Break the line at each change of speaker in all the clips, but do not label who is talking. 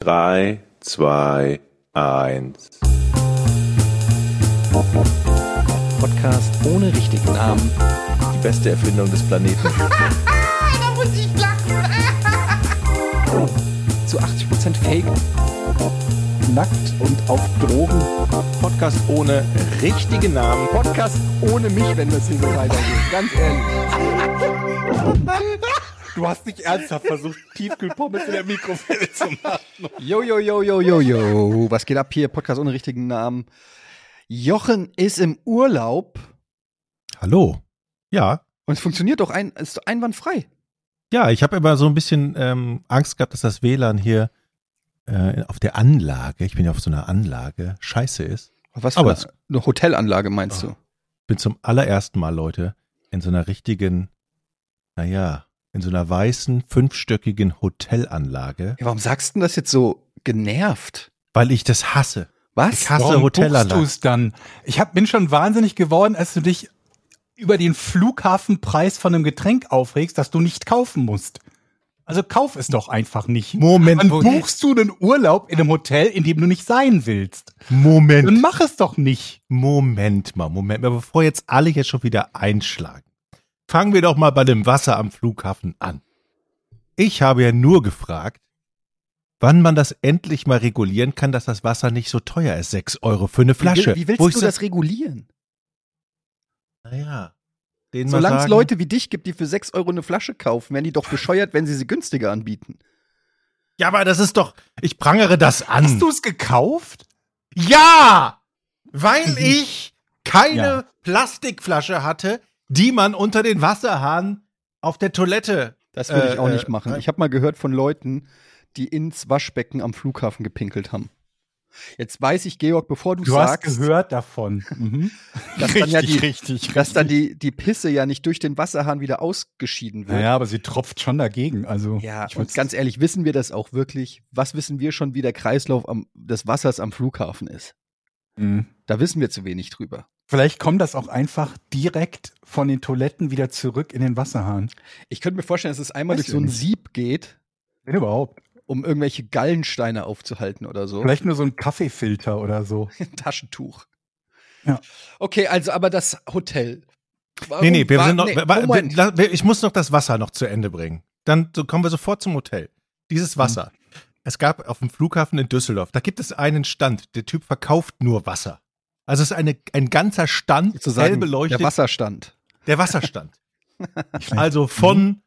3, 2, 1.
Podcast ohne richtigen Namen.
Die beste Erfindung des Planeten.
da muss ich lachen.
Zu 80% Fake.
nackt und auf Drogen.
Podcast ohne richtigen Namen.
Podcast ohne mich, wenn das hier so weitergeht. Ganz ehrlich.
Du hast nicht ernsthaft versucht, Tiefkühlpommes in der Mikrofile zu machen.
Yo, yo, yo, yo, yo, yo. Was geht ab hier? Podcast ohne richtigen Namen. Jochen ist im Urlaub
Hallo. Ja,
und es funktioniert doch ein, ist einwandfrei.
ja, ich habe immer so ein bisschen ähm, Angst gehabt, dass das WLAN hier äh, auf der Anlage, ich bin ja auf so einer Anlage, scheiße ist.
Was
Aber
eine, eine Hotelanlage meinst du?
Bin zum allerersten Mal, Leute, in so einer richtigen, naja, in so einer weißen, fünfstöckigen Hotelanlage,
Ja, warum sagst du denn das jetzt so genervt?
weil ich das hasse.
Was?
Ich hasse
Warum buchst du
Hotelanlagen.
es dann? Ich hab, bin schon wahnsinnig geworden, als du dich über den Flughafenpreis von einem Getränk aufregst, das du nicht kaufen musst. Also kauf es doch einfach nicht.
Moment,
Dann
wo-
buchst du einen Urlaub in einem Hotel, in dem du nicht sein willst. Dann
Moment,
mach es doch nicht.
Moment mal, Moment mal, bevor jetzt alle jetzt schon wieder einschlagen. Fangen wir doch mal bei dem Wasser am Flughafen an. Ich habe ja nur gefragt, wann man das endlich mal regulieren kann, dass das Wasser nicht so teuer ist. Sechs Euro für eine Flasche.
Wie, wie willst
Wo
du
ich
das
sag-
regulieren?
Naja. denen mal
Solange es
sagen-
Leute wie dich gibt, die für 6 Euro eine Flasche kaufen, werden die doch bescheuert, wenn sie sie günstiger anbieten.
Ja, aber das ist doch. Ich prangere das an.
Hast du es gekauft?
Ja!
Mhm.
Weil ich keine
Ja.
Plastikflasche hatte, die man unter den Wasserhahn auf der Toilette.
Das würde ich
Äh,
auch nicht
äh,
machen.
äh.
Ich habe mal gehört von Leuten, die ins Waschbecken am Flughafen gepinkelt haben. Jetzt weiß ich, Georg, bevor du,
Du hast
sagst,
gehört davon. Mhm.
dass dann, ja die,
richtig.
dass dann die, die Pisse ja nicht durch den Wasserhahn wieder ausgeschieden wird.
Naja, aber sie tropft schon dagegen. Also
Ja,
ich
und
würd's-
ganz ehrlich, wissen wir das auch wirklich? Was wissen wir schon, wie der Kreislauf am, des Wassers am Flughafen ist? e-
Mhm.
Da wissen wir zu wenig drüber.
Vielleicht kommt das auch einfach direkt von den Toiletten wieder zurück in den Wasserhahn.
Ich könnte mir vorstellen, dass es einmal
Weiß
durch
ich
so ein
nicht.
Sieb geht,
Wenn überhaupt.
um irgendwelche Gallensteine aufzuhalten oder so.
Vielleicht nur so ein Kaffeefilter oder so.
ein Taschentuch.
Ja.
Okay, also aber das Hotel. Warum
Nee, nee, wir
war-
sind noch.
Oh, nee,
wa- wa-
Moment.
la- ich muss noch das Wasser noch zu Ende bringen. Dann so kommen wir sofort zum Hotel.
Hm.
Dieses Wasser. Es gab auf dem Flughafen in Düsseldorf, da gibt es einen Stand. Der Typ verkauft nur Wasser. Also es ist eine, ein ganzer Stand, hell
Sozusagen
beleuchtet,
der Wasserstand.
der Wasserstand. Also
Mhm.
von,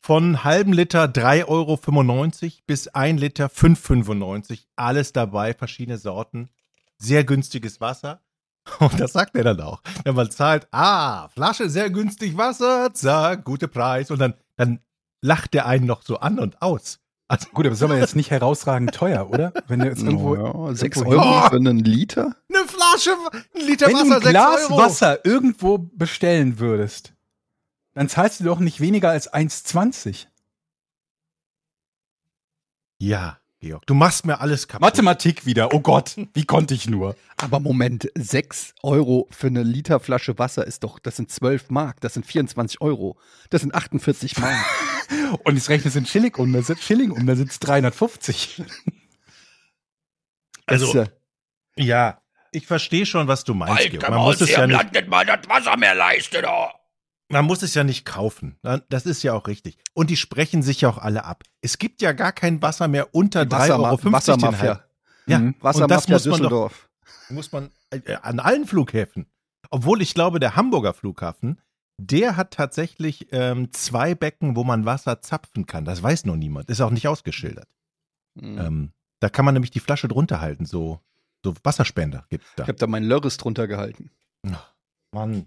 von halben Liter 3,95 Euro bis 1 Liter 5,95 Euro. Alles dabei, verschiedene Sorten. Sehr günstiges Wasser. Und das sagt er dann auch. Wenn man zahlt, ah, Flasche sehr günstig Wasser, zack, gute Preis. Und dann, dann lacht der einen noch so an und aus. Also,
Gut, aber das ist aber jetzt nicht herausragend teuer, oder? Wenn du jetzt irgendwo
ja, 6
irgendwo-
Euro für einen Liter?
eine Flasche, ein Liter
wenn du
Wasser,
ein
6
Glas
Euro.
Wasser irgendwo bestellen würdest, dann zahlst du doch nicht weniger als 1,20.
Ja, Georg, du machst mir alles kaputt.
Mathematik wieder. Oh Gott, wie konnte ich nur?
Aber Moment, 6 Euro für eine Literflasche Wasser ist doch, das sind 12 Mark, das sind 24 Euro, das sind 48 Mark.
Und jetzt rechnest du in Schilling um, da sitzt Schilling um, da sitzt 350.
Das
Also,
ist ja-
ja, ich verstehe schon, was du meinst, Georg. Man muss es ja nicht
mal das Wasser mehr leisten.
Man muss es ja nicht kaufen. Das ist ja auch richtig. Und die sprechen sich ja auch alle ab. Es gibt ja gar kein Wasser mehr unter 3,50
Wasserma-
Euro. den Halb-
Wassermafia.
Ja,
Mhm.
und das
Wassermafia
muss man, doch,
Düsseldorf.
muss man äh, an allen Flughäfen. Obwohl ich glaube, der Hamburger Flughafen, der hat tatsächlich ähm, zwei Becken, wo man Wasser zapfen kann. Das weiß noch niemand. Ist auch nicht ausgeschildert.
Hm.
Ähm, da kann man nämlich die Flasche drunter halten. So, so Wasserspender gibt da.
Ich habe da meinen Lörres drunter gehalten.
Mann.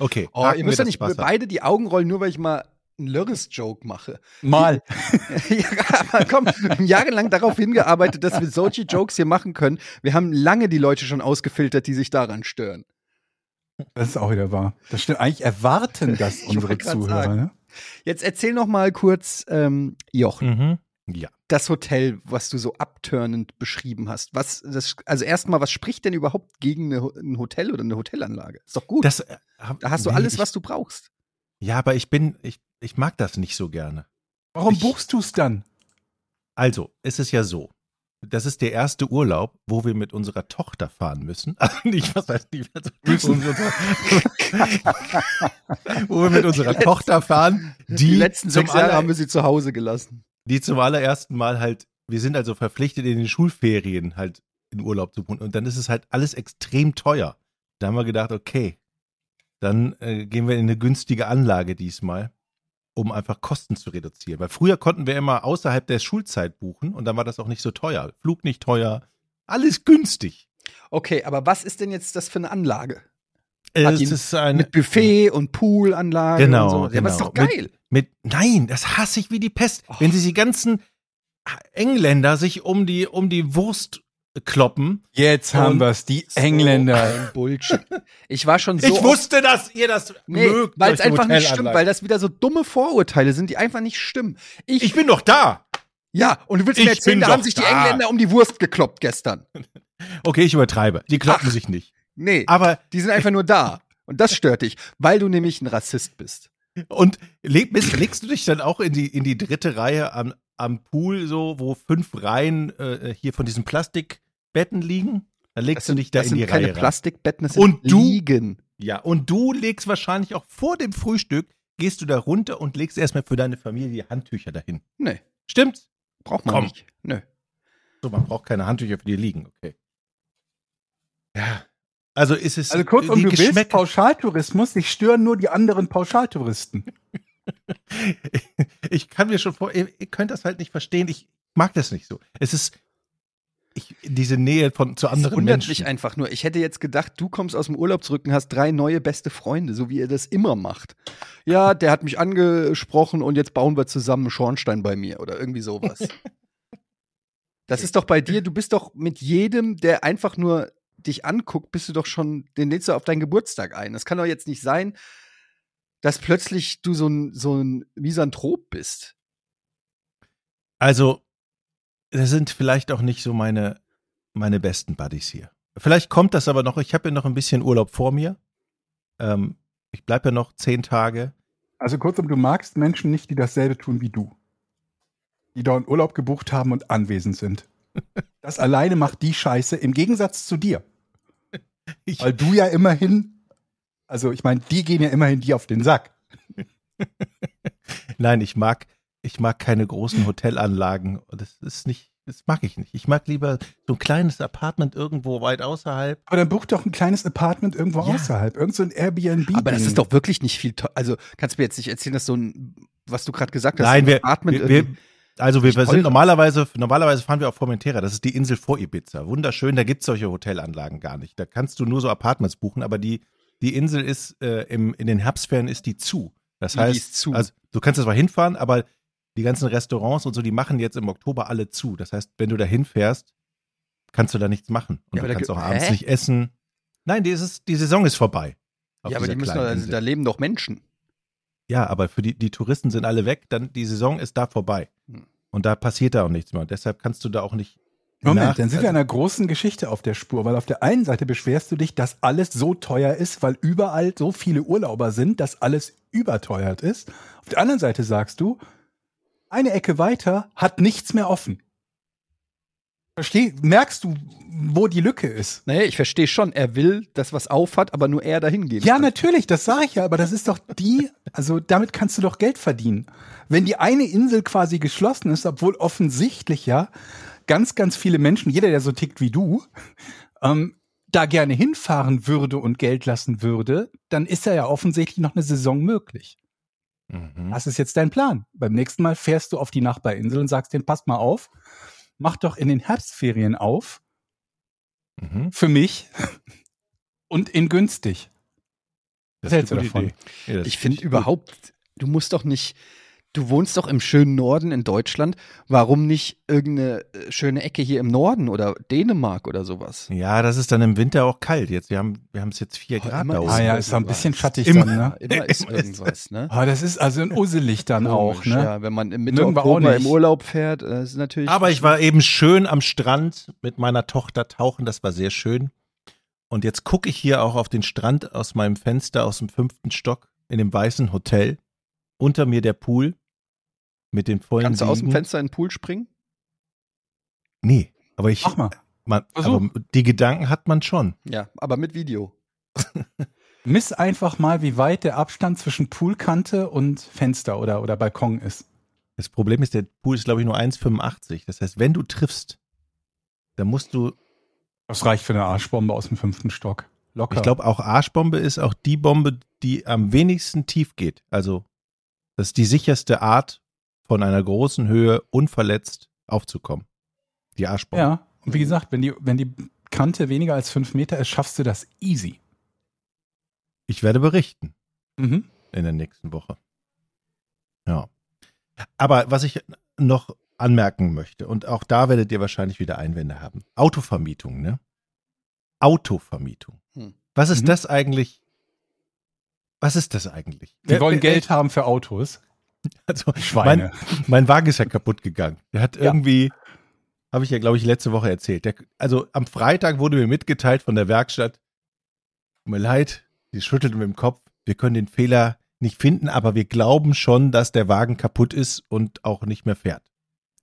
Okay.
Oh,
packen
ihr
wir
müsst ja
das
nicht
Wasser.
beide die Augen rollen, nur weil ich mal einen Lörres-Joke mache.
Mal.
ja, aber komm, wir haben jahrelang darauf hingearbeitet, dass wir solche Jokes hier machen können. Wir haben lange die Leute schon ausgefiltert, die sich daran stören.
Das ist auch wieder wahr. Das stimmt. Eigentlich erwarten das
Ich
unsere
wollte grad
Zuhörer.
sagen.
Ne?
Jetzt erzähl noch mal kurz, ähm, Jochen,
Mhm. Ja.
das Hotel, was du so abturnend beschrieben hast. Was, das, also erstmal, was spricht denn überhaupt gegen eine, ein Hotel oder eine Hotelanlage? Ist doch gut.
Das, äh, hab-
da hast du
nee,
alles,
ich-
was du brauchst.
Ja, aber ich bin, ich, ich mag das nicht so gerne.
Warum
Ich-
buchst du es dann?
Also, es ist ja so. das ist der erste Urlaub, wo wir mit unserer Tochter fahren müssen. Also nicht, was heißt die? Also müssen. wo wir mit unserer Tochter fahren, die,
Die, letzten
zum
sechs Jahre
aller-
haben wir sie zu Hause gelassen.
die zum allerersten Mal halt, wir sind also verpflichtet, in den Schulferien halt in Urlaub zu buchen. Und dann ist es halt alles extrem teuer. Da haben wir gedacht, okay, dann äh, gehen wir in eine günstige Anlage diesmal, um einfach Kosten zu reduzieren. Weil früher konnten wir immer außerhalb der Schulzeit buchen und dann war das auch nicht so teuer. Flug nicht teuer, alles günstig.
Okay, aber was ist denn jetzt das für eine Anlage?
Es
ihn
ist ein
Mit Buffet und Poolanlage
Genau,
und so. Ja, aber ist
genau.
doch geil.
Mit Nein, das hasse ich wie die Pest. Wenn sie die ganzen Engländer sich um die um die Wurst kloppen.
Jetzt haben
Und-
wir's, die Engländer.
Ein Bullshit. Ich war schon so
ich wusste, dass ihr das
Nee,
mögt.
weil es
solche
einfach nicht stimmt,
Hotelanlagen.
weil das wieder so dumme Vorurteile sind, die einfach nicht stimmen. Ich,
ich bin doch da.
ja, und du willst mir
Ich
erzählen,
bin
da haben
doch
sich die
da.
Engländer um die Wurst gekloppt gestern.
Okay, ich übertreibe. Die kloppen sich nicht.
Nee,
Aber
die sind einfach nur da. Und das stört dich, weil du nämlich ein Rassist bist.
und leg, bist, legst du dich dann auch in die in die dritte Reihe am am Pool so, wo fünf Reihen äh, hier von diesen Plastikbetten liegen? Dann legst du dich da
das
in die
sind keine
Reihe. rein.
Plastikbetten, das sind
Und du-
Liegen.
Ja, und du legst wahrscheinlich auch vor dem Frühstück gehst du da runter und legst erstmal für deine Familie Handtücher dahin.
Nee,
Stimmt's?
braucht man
Komm.
nicht. Nö.
So, man braucht keine Handtücher für die liegen. Okay. Ja. Also ist es
Also kurzum,
die
du willst
Geschmäcker-
Pauschaltourismus, dich stören nur die anderen Pauschaltouristen.
ich kann mir schon vor, ihr, ihr könnt das halt nicht verstehen. Ich mag das nicht so. Es ist ich, diese Nähe von zu
Das
anderen
wundert mich
Menschen.
einfach nur. Ich hätte jetzt gedacht, du kommst aus dem Urlaub zurück und hast drei neue beste Freunde, so wie ihr das immer macht. Ja, der hat mich angesprochen und jetzt bauen wir zusammen einen Schornstein bei mir oder irgendwie sowas. das ist doch bei dir, du bist doch mit jedem, der einfach nur dich anguckt, bist du doch schon, den lädst du auf deinen Geburtstag ein. Das kann doch jetzt nicht sein, dass plötzlich du so ein, so ein Misanthrop bist.
Also das sind vielleicht auch nicht so meine meine besten Buddies hier. Vielleicht kommt das aber noch. Ich habe ja noch ein bisschen Urlaub vor mir. Ähm, ich bleibe ja noch zehn Tage.
Also kurzum, du magst Menschen nicht, die dasselbe tun wie du. Die da einen Urlaub gebucht haben und anwesend sind. Das alleine macht die Scheiße im Gegensatz zu dir.
Ich-
Weil du ja immerhin, also ich meine, die gehen ja immerhin die auf den Sack.
Nein, ich mag, ich mag keine großen Hotelanlagen. Und Das ist nicht, das mag ich nicht. Ich mag lieber so ein kleines Apartment irgendwo weit außerhalb.
Aber dann buch doch ein kleines Apartment irgendwo
Ja.
außerhalb, irgend so ein Airbnb.
Aber das ist doch wirklich nicht viel. teu- Also kannst du mir jetzt nicht erzählen, dass so ein, was du gerade gesagt hast,
Nein,
ein
wir,
Apartment
wir, wir
irgendwie-
also wir, wir
teurer.
sind normalerweise, normalerweise fahren wir auf Formentera. Das ist die Insel vor Ibiza. Wunderschön, da gibt's solche Hotelanlagen gar nicht. Da kannst du nur so Apartments buchen, aber die, die Insel ist, äh, im, in den Herbstferien ist die zu. Das
Wie, die
heißt,
ist zu?
Also, du kannst da zwar hinfahren, aber die ganzen Restaurants und so, die machen jetzt im Oktober alle zu. Das heißt, wenn du da hinfährst, kannst du da nichts machen. Und
Ja, aber
du
da
kannst auch
gibt-
abends
Hä?
nicht essen. Nein, die, ist, die Saison ist vorbei. auf
ja, aber
dieser
die müssen
kleinen
doch, also,
Insel.
da leben doch Menschen.
Ja, aber für die, die Touristen sind alle weg, dann die Saison ist da vorbei.
Hm.
Und da passiert da auch nichts mehr. Und deshalb kannst du da auch nicht.
Moment,
nach-
dann sind wir
also-
einer großen Geschichte auf der Spur, weil auf der einen Seite beschwerst du dich, dass alles so teuer ist, weil überall so viele Urlauber sind, dass alles überteuert ist. Auf der anderen Seite sagst du, eine Ecke weiter hat nichts mehr offen. Versteh, merkst du, wo die Lücke ist?
Naja, ich verstehe schon, er will, dass was auf hat, aber nur er dahin gehen
Ja,
kann.
natürlich, das sage ich ja, aber das ist doch die, also damit kannst du doch Geld verdienen. Wenn die eine Insel quasi geschlossen ist, obwohl offensichtlich ja ganz, ganz viele Menschen, jeder, der so tickt wie du, ähm, da gerne hinfahren würde und Geld lassen würde, dann ist ja ja offensichtlich noch eine Saison möglich.
Mhm.
Das ist jetzt dein Plan. Beim nächsten Mal fährst du auf die Nachbarinsel und sagst denen, passt mal auf, mach doch in den Herbstferien auf,
Mhm.
für mich und in günstig.
Das ist
hältst du
eine gute
davon?
Idee. Ja, das
Ich
ist
finde
richtig gut.
überhaupt, du musst doch nicht, du wohnst doch im schönen Norden in Deutschland, warum nicht irgendeine äh, schöne Ecke hier im Norden oder Dänemark oder sowas?
Ja, das ist dann im Winter auch kalt. Jetzt, wir haben wir haben es jetzt vier Grad
immer
da
ist-
oben.
Ah ja,
Irgendwas.
ist doch ein bisschen schattig
Immer.
dann, ne?
Immer ist
Immer ist-
irgendwas, ne?
Ah, das ist also ein Uselig dann auch,
Komisch,
ne?
Ja, wenn man im Mitte
Mögen wir auch
Oktober
nicht.
im Urlaub fährt, äh, ist natürlich.
Aber ich war eben schön am Strand mit meiner Tochter tauchen, das war sehr schön. Und jetzt gucke ich hier auch auf den Strand aus meinem Fenster aus dem fünften Stock in dem weißen Hotel. Unter mir der Pool mit den vollen
Kannst du aus dem
Liegen.
Fenster in den Pool springen?
Nee, Aber ich,
Mach mal.
man,
Ach so.
aber die Gedanken hat man schon.
Ja, aber mit Video.
Miss einfach mal, wie weit der Abstand zwischen Poolkante und Fenster oder, oder Balkon ist.
Das Problem ist, der Pool ist, glaube ich, nur 1,85. Das heißt, wenn du triffst, dann musst du,
Das reicht für eine Arschbombe aus dem fünften Stock. Locker.
ich glaube, auch Arschbombe ist auch die Bombe, die am wenigsten tief geht. Also, das ist die sicherste Art, von einer großen Höhe unverletzt aufzukommen. Die Arschbombe.
Ja, und wie gesagt, wenn die, wenn die Kante weniger als fünf Meter ist, schaffst du das easy.
Ich werde berichten.
Mhm.
in der nächsten Woche. Ja. Aber was ich noch anmerken möchte, und auch da werdet ihr wahrscheinlich wieder Einwände haben. Autovermietung, ne? Autovermietung.
Hm.
Was ist
Mhm.
das eigentlich? Was ist das eigentlich?
Die
Wer-
wollen
wer-
Geld haben für Autos.
Also,
Schweine.
Mein, mein Wagen ist ja kaputt gegangen. Der hat irgendwie, habe ich ja, glaube ich, letzte Woche erzählt. Der, also am Freitag wurde mir mitgeteilt von der Werkstatt, tut mir leid, die schüttelt mit dem Kopf, wir können den Fehler nicht finden, aber wir glauben schon, dass der Wagen kaputt ist und auch nicht mehr fährt.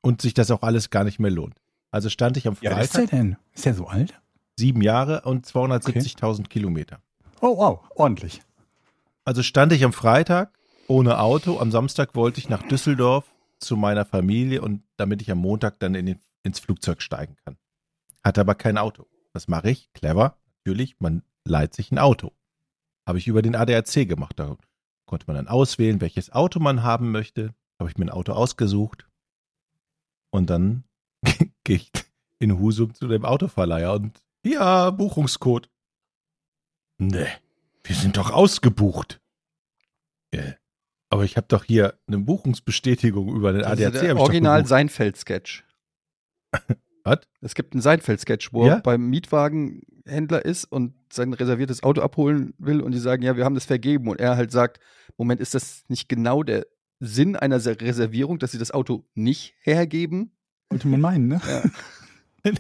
Und sich das auch alles gar nicht mehr lohnt. Also stand ich am
Ja, was ist
Freitag
der denn? Ist der so alt?
sieben Jahre und 270.000 Kilometer.
Oh, wow, ordentlich.
Also stand ich am Freitag ohne Auto. Am Samstag wollte ich nach Düsseldorf zu meiner Familie und damit ich am Montag dann in den, ins Flugzeug steigen kann. Hatte aber kein Auto. Was mache ich? Clever. Natürlich, man leiht sich ein Auto. Habe ich über den ADAC gemacht. Da konnte man dann auswählen, welches Auto man haben möchte. Habe ich mir ein Auto ausgesucht. Und dann gehe ich in Husum zu dem Autoverleiher und ja, Buchungscode. Nee. Wir sind doch ausgebucht. Ja. Aber ich habe doch hier eine Buchungsbestätigung über den
Das
ADAC.
ist
Ah, hab ich
der
doch
Original
gebucht.
Seinfeld-Sketch.
Was?
Es gibt einen Seinfeld-Sketch, wo
Ja?
er beim Mietwagenhändler ist und sein reserviertes Auto abholen will und die sagen, ja, wir haben das vergeben. Und er halt sagt, Moment, ist das nicht genau der Sinn einer Se- Reservierung, dass sie das Auto nicht hergeben?
Wollte man meinen, ne?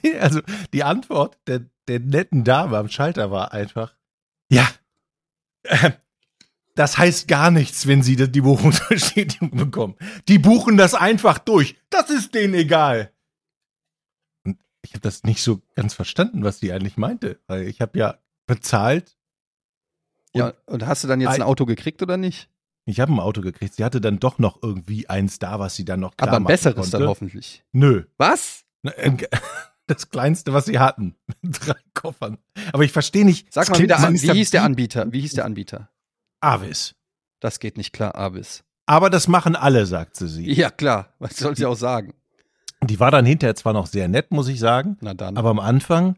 Nee, also die Antwort der, der netten Dame am Schalter war einfach, ja, äh, das heißt gar nichts, wenn sie die Buchungsbestätigung bekommen. Die buchen das einfach durch. Das ist denen egal. Und ich habe das nicht so ganz verstanden, was sie eigentlich meinte. Weil ich habe ja bezahlt
ja, und hast du dann jetzt
Ei-
ein Auto gekriegt oder nicht?
Ich habe ein Auto gekriegt. Sie hatte dann doch noch irgendwie eins da, was sie dann noch klar
Aber ein
machen
besseres
konnte.
dann hoffentlich.
Nö.
Was?
Na, ähm, Das kleinste, was sie hatten. Mit Drei Koffern. Aber ich verstehe nicht.
Sag
das
mal
klingt
wieder
so
an, wie hieß der
stabil.
Anbieter? Wie hieß der Anbieter?
Avis.
Das geht nicht klar, Avis.
Aber das machen alle, sagte sie.
Ja, klar. Was soll sie auch sagen?
Die war dann hinterher zwar noch sehr nett, muss ich sagen.
Na
Mhm.
dann.
Aber am Anfang,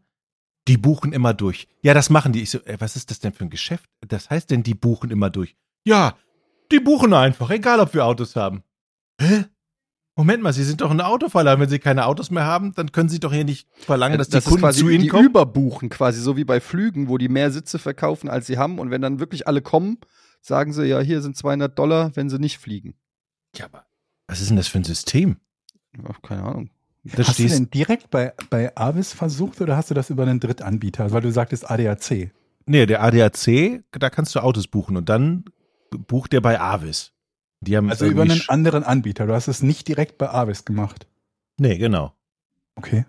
die buchen immer durch. Ja, das machen die. Ich so, ey, was ist das denn für ein Geschäft? Das heißt denn, die buchen immer durch. Ja, die buchen einfach, egal ob wir Autos haben. Hä? Moment mal, Sie sind doch ein Autoverleiher. Wenn Sie keine Autos mehr haben, dann können Sie doch hier nicht verlangen,
Äh,
dass die
das ist
Kunden
Äh, quasi,
zu Ihnen
die
kommen.
überbuchen quasi, so wie bei Flügen, wo die mehr Sitze verkaufen, als sie haben. Und wenn dann wirklich alle kommen, sagen sie, ja, hier sind 200 Dollar, wenn sie nicht fliegen.
Ja, aber was ist denn das für ein System?
Ach, keine Ahnung.
Da
Hast du
stehst,
denn direkt bei, bei Avis versucht oder hast du das über einen Drittanbieter? Weil du sagtest ADAC.
nee, der ADAC, da kannst du Autos buchen und dann bucht der bei Avis. Die haben
Also über
irgendwie
einen
Sch-
anderen Anbieter. Du hast es nicht direkt bei Avis gemacht.
Nee, genau.
Okay.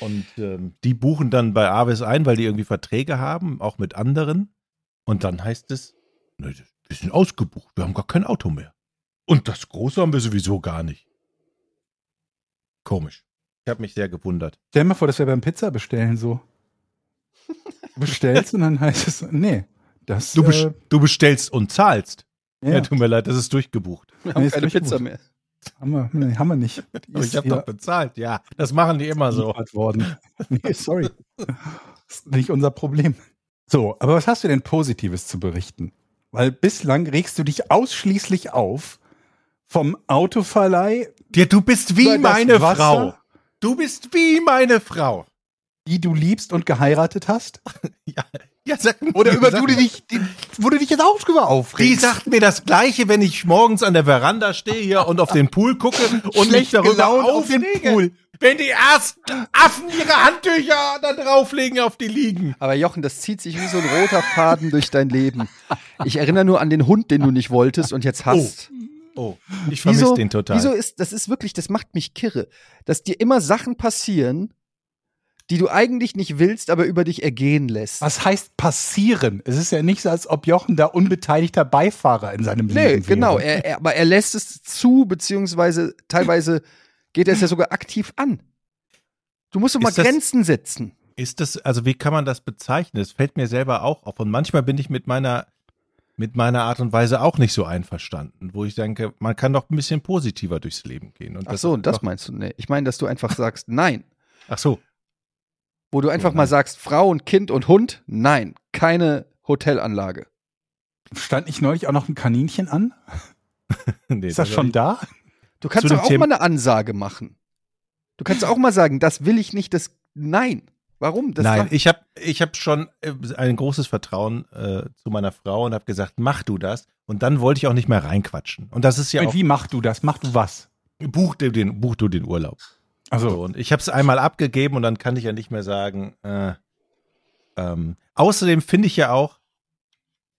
Und ähm, die buchen dann bei Avis ein, weil die irgendwie Verträge haben, auch mit anderen. Und dann heißt es, ne, wir sind ausgebucht, wir haben gar kein Auto mehr. Und das Große haben wir sowieso gar nicht. Komisch. Ich habe mich sehr gewundert.
Stell dir mal vor, das wäre beim Pizza bestellen so. Du bestellst und dann heißt es, nee, das
Du, best
äh,
du bestellst und zahlst. Ja.
ja,
tut mir leid, das ist durchgebucht.
Wir haben
Nee, ist
keine
gut.
Pizza mehr.
haben, wir, nee, haben wir nicht. Die
Aber ich habe
hier
doch bezahlt. Ja, das machen die immer so.
geliefert worden. Nee, sorry. Das ist nicht unser Problem. So, aber was hast du denn Positives zu berichten? Weil bislang regst du dich ausschließlich auf vom Autoverleih
Ja, du bist
über
wie
das
meine
Wasser,
Frau. Du bist wie meine Frau.
die du liebst und geheiratet hast.
Ja, ja sag
Oder über
sag
du, die dich, die, wo du dich jetzt auch drüber
Die
aufregst.
sagt mir das Gleiche, wenn ich morgens an der Veranda stehe hier und auf den Pool gucke und mich
Schlecht
darüber
gelaunt auf den
aufrege,
Pool.
Wenn die ersten Affen ihre Handtücher da drauflegen auf die Liegen.
Aber Jochen, das zieht sich wie so ein roter Faden durch dein Leben. Ich erinnere nur an den Hund, den du nicht wolltest und jetzt hast.
Oh, ich
wieso,
vermisse den total.
Wieso ist, das ist wirklich, das macht mich kirre, dass dir immer Sachen passieren, die du eigentlich nicht willst, aber über dich ergehen lässt.
Was heißt passieren? Es ist ja nicht so, als ob Jochen da unbeteiligter Beifahrer in seinem
Nee,
Leben wäre.
genau. Er, er, aber er lässt es zu, beziehungsweise teilweise geht er es ja sogar aktiv an. Du musst doch mal
Ist das-
Grenzen setzen.
Ist das, also wie kann man das bezeichnen? Das fällt mir selber auch auf. Und manchmal bin ich mit meiner, mit meiner Art und Weise auch nicht so einverstanden, wo ich denke, man kann doch ein bisschen positiver durchs Leben gehen. Und
Ach so, das
einfach-
meinst du? Nee, ich meine, dass du einfach sagst, nein.
Ach so,
Wo du einfach
Oh,
mal
nein.
sagst, Frau und Kind und Hund, nein, keine Hotelanlage.
Stand nicht neulich auch noch ein Kaninchen an?
nee,
Ist das schon da?
Du kannst
Zu
doch
dem
auch
Thema-
mal eine Ansage machen. Du kannst auch mal sagen, das will ich nicht, das nein. Warum? Das
Nein,
war-
ich habe ich hab schon äh, ein großes Vertrauen äh, zu meiner Frau und habe gesagt, mach du das. Und dann wollte ich auch nicht mehr reinquatschen. Und das ist ja
Und
auch,
wie machst du das? Machst du was?
buch, du den, buch du den Urlaub. So,
Also,
und ich habe es einmal abgegeben und dann kann ich ja nicht mehr sagen. Äh, ähm, außerdem finde ich ja auch,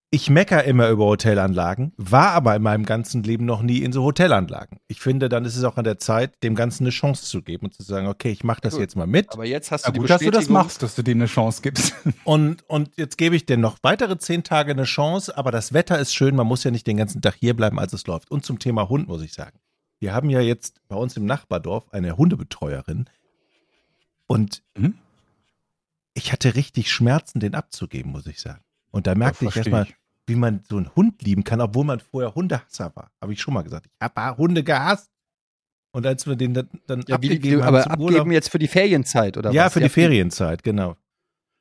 ich mecker immer über Hotelanlagen, war aber in meinem ganzen Leben noch nie in so Hotelanlagen. Ich finde, dann ist es auch an der Zeit, dem Ganzen eine Chance zu geben und zu sagen, okay, ich mache das
Gut.
jetzt mal mit.
Aber jetzt hast
ja,
du die
gut, dass du das
Bestätigung.
machst, dass du dem eine Chance gibst.
Und, und jetzt gebe ich dir noch weitere zehn Tage eine Chance, aber das Wetter ist schön, man muss ja nicht den ganzen Tag hier bleiben, als es läuft. Und zum Thema Hund muss ich sagen. Wir haben ja jetzt bei uns im Nachbardorf eine Hundebetreuerin und
Hm?
Mhm.
ich hatte richtig Schmerzen, den abzugeben, muss ich sagen. Und da merkte ich
verstehe
erstmal,
ich.
wie man so einen Hund lieben kann, obwohl man vorher Hundehasser war. Habe ich schon mal gesagt. Ich habe Hunde gehasst. Und als wir den dann, dann
Ja, wie,
abgegeben
du,
haben
aber
zum
abgeben
Urlaub-
jetzt für die Ferienzeit oder
ja,
was?
für die Ferienzeit, genau.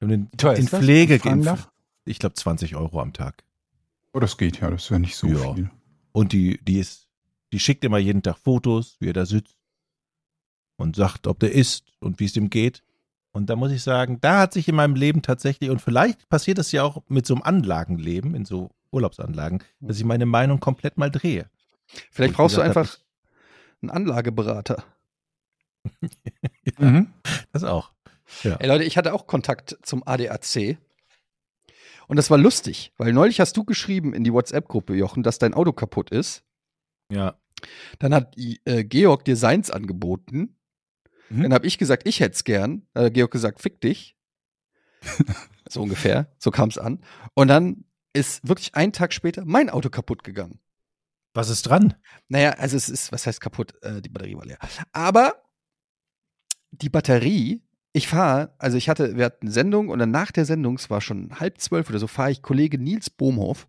Wir haben den,
Teuer
den
ist das,
Pflege
wenn ich fragen
geimpft.
darf?
Ich glaube 20 Euro am Tag.
Oh, das geht ja, das ist ja nicht so
Ja.
viel.
Und die, die ist, die schickt immer jeden Tag Fotos, wie er da sitzt und sagt, ob der isst und wie es ihm geht. Und da muss ich sagen, da hat sich in meinem Leben tatsächlich, und vielleicht passiert das ja auch mit so einem Anlagenleben, in so Urlaubsanlagen,
Hm.
dass ich meine Meinung komplett mal drehe.
Vielleicht brauchst du
Wie gesagt,
einfach einen Anlageberater.
Mhm.
Das auch. Ja.
Ey Leute, ich hatte auch Kontakt zum ADAC. Und das war lustig, weil neulich hast du geschrieben in die WhatsApp-Gruppe, Jochen, dass dein Auto kaputt ist.
ja.
Dann hat äh, Georg dir seins angeboten.
Mhm.
Dann habe ich gesagt, ich hätte es gern. Dann hat Georg gesagt, fick dich. so ungefähr. So kam es an. Und dann ist wirklich einen Tag später mein Auto kaputt gegangen.
Was ist dran?
Naja, also es ist, was heißt kaputt? Äh, die Batterie war leer. Aber die Batterie, ich fahre, also ich hatte, wir hatten Sendung und dann nach der Sendung, es war schon halb zwölf oder so, fahre ich Kollege Nils Bohmhoff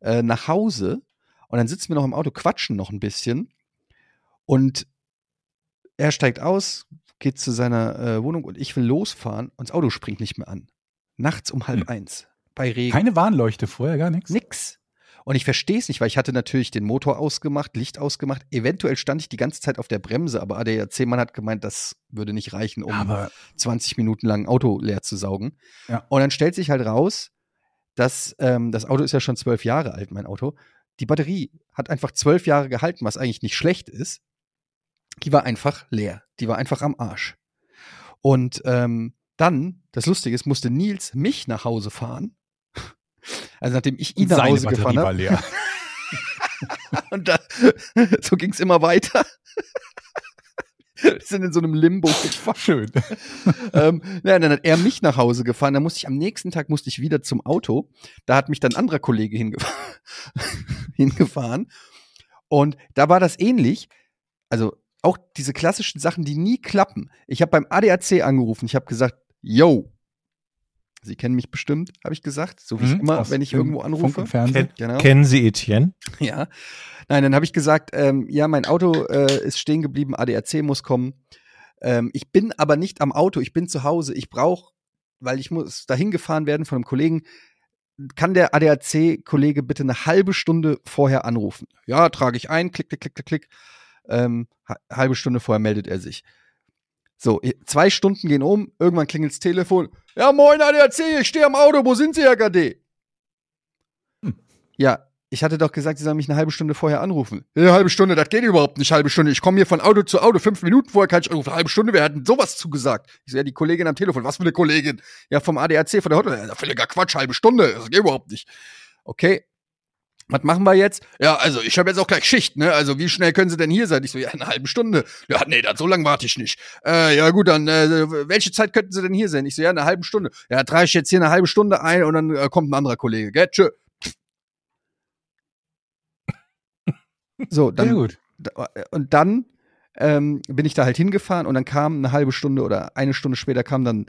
äh, nach Hause und dann sitzen wir noch im Auto, quatschen noch ein bisschen und er steigt aus, geht zu seiner äh, Wohnung und ich will losfahren und das Auto springt nicht mehr an. Nachts um halb eins bei Regen.
Keine Warnleuchte vorher, gar nichts.
Nix. Und ich verstehe es nicht, weil ich hatte natürlich den Motor ausgemacht, Licht ausgemacht. Eventuell stand ich die ganze Zeit auf der Bremse, aber ADAC-Mann hat gemeint, das würde nicht reichen, um
Aber
20 Minuten lang ein Auto leer zu saugen.
Ja.
Und dann stellt sich halt raus, dass ähm, das Auto ist ja schon zwölf Jahre alt, mein Auto. Die Batterie hat einfach zwölf Jahre gehalten, was eigentlich nicht schlecht ist. Die war einfach leer. Die war einfach am Arsch. Und ähm, dann, das Lustige ist, musste Nils mich nach Hause fahren. Also nachdem ich ihn nach
seine
Hause gefahren
Batterie
ne? habe.
war leer.
Und da, so ging es immer weiter. Wir sind in so einem Limbo gefahren
Schön.
ähm, ja, dann hat er mich nach Hause gefahren. Dann musste ich am nächsten Tag musste ich wieder zum Auto. Da hat mich dann ein anderer Kollege hingef hingefahren. Und da war das ähnlich. Also auch diese klassischen Sachen, die nie klappen. Ich habe beim ADAC angerufen. Ich habe gesagt, yo. Sie kennen mich bestimmt, habe ich gesagt. So wie ich immer,
Mhm. Aus
wenn ich
dem
irgendwo
Funk
anrufe.
im Fernsehen.
Genau.
Kennen Sie Etienne?
Ja. Nein, dann habe ich gesagt, ähm, ja, mein Auto äh, ist stehen geblieben, ADAC muss kommen. Ähm, ich bin aber nicht am Auto, ich bin zu Hause. Ich brauche, weil ich muss dahin gefahren werden von einem Kollegen. Kann der ADAC-Kollege bitte eine halbe Stunde vorher anrufen? Ja, trage ich ein, klick, klick, klick, klick, klick. Ähm, ha- halbe Stunde vorher meldet er sich. So, i- zwei Stunden gehen um, irgendwann klingelt's Telefon. Ja, moin ADAC, ich stehe am Auto, wo sind Sie, Herr Gade? Ja, ich hatte doch gesagt, sie sollen mich eine halbe Stunde vorher anrufen. Eine halbe Stunde, das geht überhaupt nicht, halbe Stunde. Ich komme hier von Auto zu Auto, fünf Minuten vorher kann ich anrufen. Halbe Stunde, wer hat denn sowas zugesagt? Ich so, ja, die Kollegin am Telefon. Was für eine Kollegin? Ja, vom ADAC, von der Hotel. Ja, völliger Quatsch, halbe Stunde, das geht überhaupt nicht. Okay. Was machen wir jetzt? Ja, also ich habe jetzt auch gleich Schicht, ne? Also wie schnell können Sie denn hier sein? Ich so, ja, in einer halben Stunde. Ja, nee, dann so lange warte ich nicht. Äh, ja gut, dann äh, welche Zeit könnten Sie denn hier sein? Ich so, ja, in einer halben Stunde. Ja, trage ich jetzt hier eine halbe Stunde ein und dann äh, kommt ein anderer Kollege. Gell? Tschö. So, dann
gut.
da- und dann ähm, bin ich da halt hingefahren und dann kam eine halbe Stunde oder eine Stunde später kam dann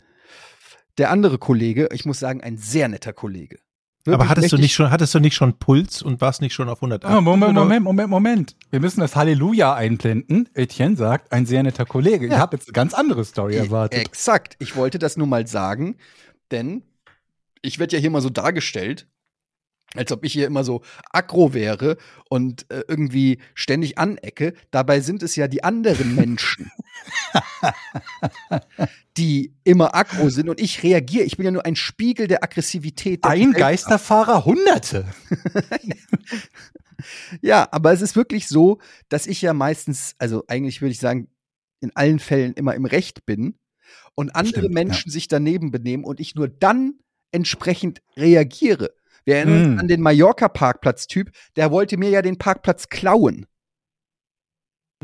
der andere Kollege, ich muss sagen, ein sehr netter Kollege.
Aber hattest du
mächtig-
nicht schon, hattest du nicht schon Puls und warst nicht schon auf 100?
Ah, Moment, Moment, Moment, Moment. Wir müssen das Halleluja einblenden. Etienne sagt, ein sehr netter Kollege. Ich habe jetzt eine ganz andere Story erwartet.
Exakt. Ich wollte das nur mal sagen, denn ich werde ja hier mal so dargestellt, als ob ich hier immer so aggro wäre und äh, irgendwie ständig anecke. Dabei sind es ja die anderen Menschen, die immer aggro sind und ich reagiere. Ich bin ja nur ein Spiegel der Aggressivität. der
Ein
Welt.
Geisterfahrer, Hunderte.
Ja, aber es ist wirklich so, dass ich ja meistens, also eigentlich würde ich sagen, in allen Fällen immer im Recht bin und andere
Stimmt,
Menschen sich daneben benehmen und ich nur dann entsprechend reagiere. Wir erinnern
Mm.
uns an den Mallorca-Parkplatz-Typ, der wollte mir ja den Parkplatz klauen.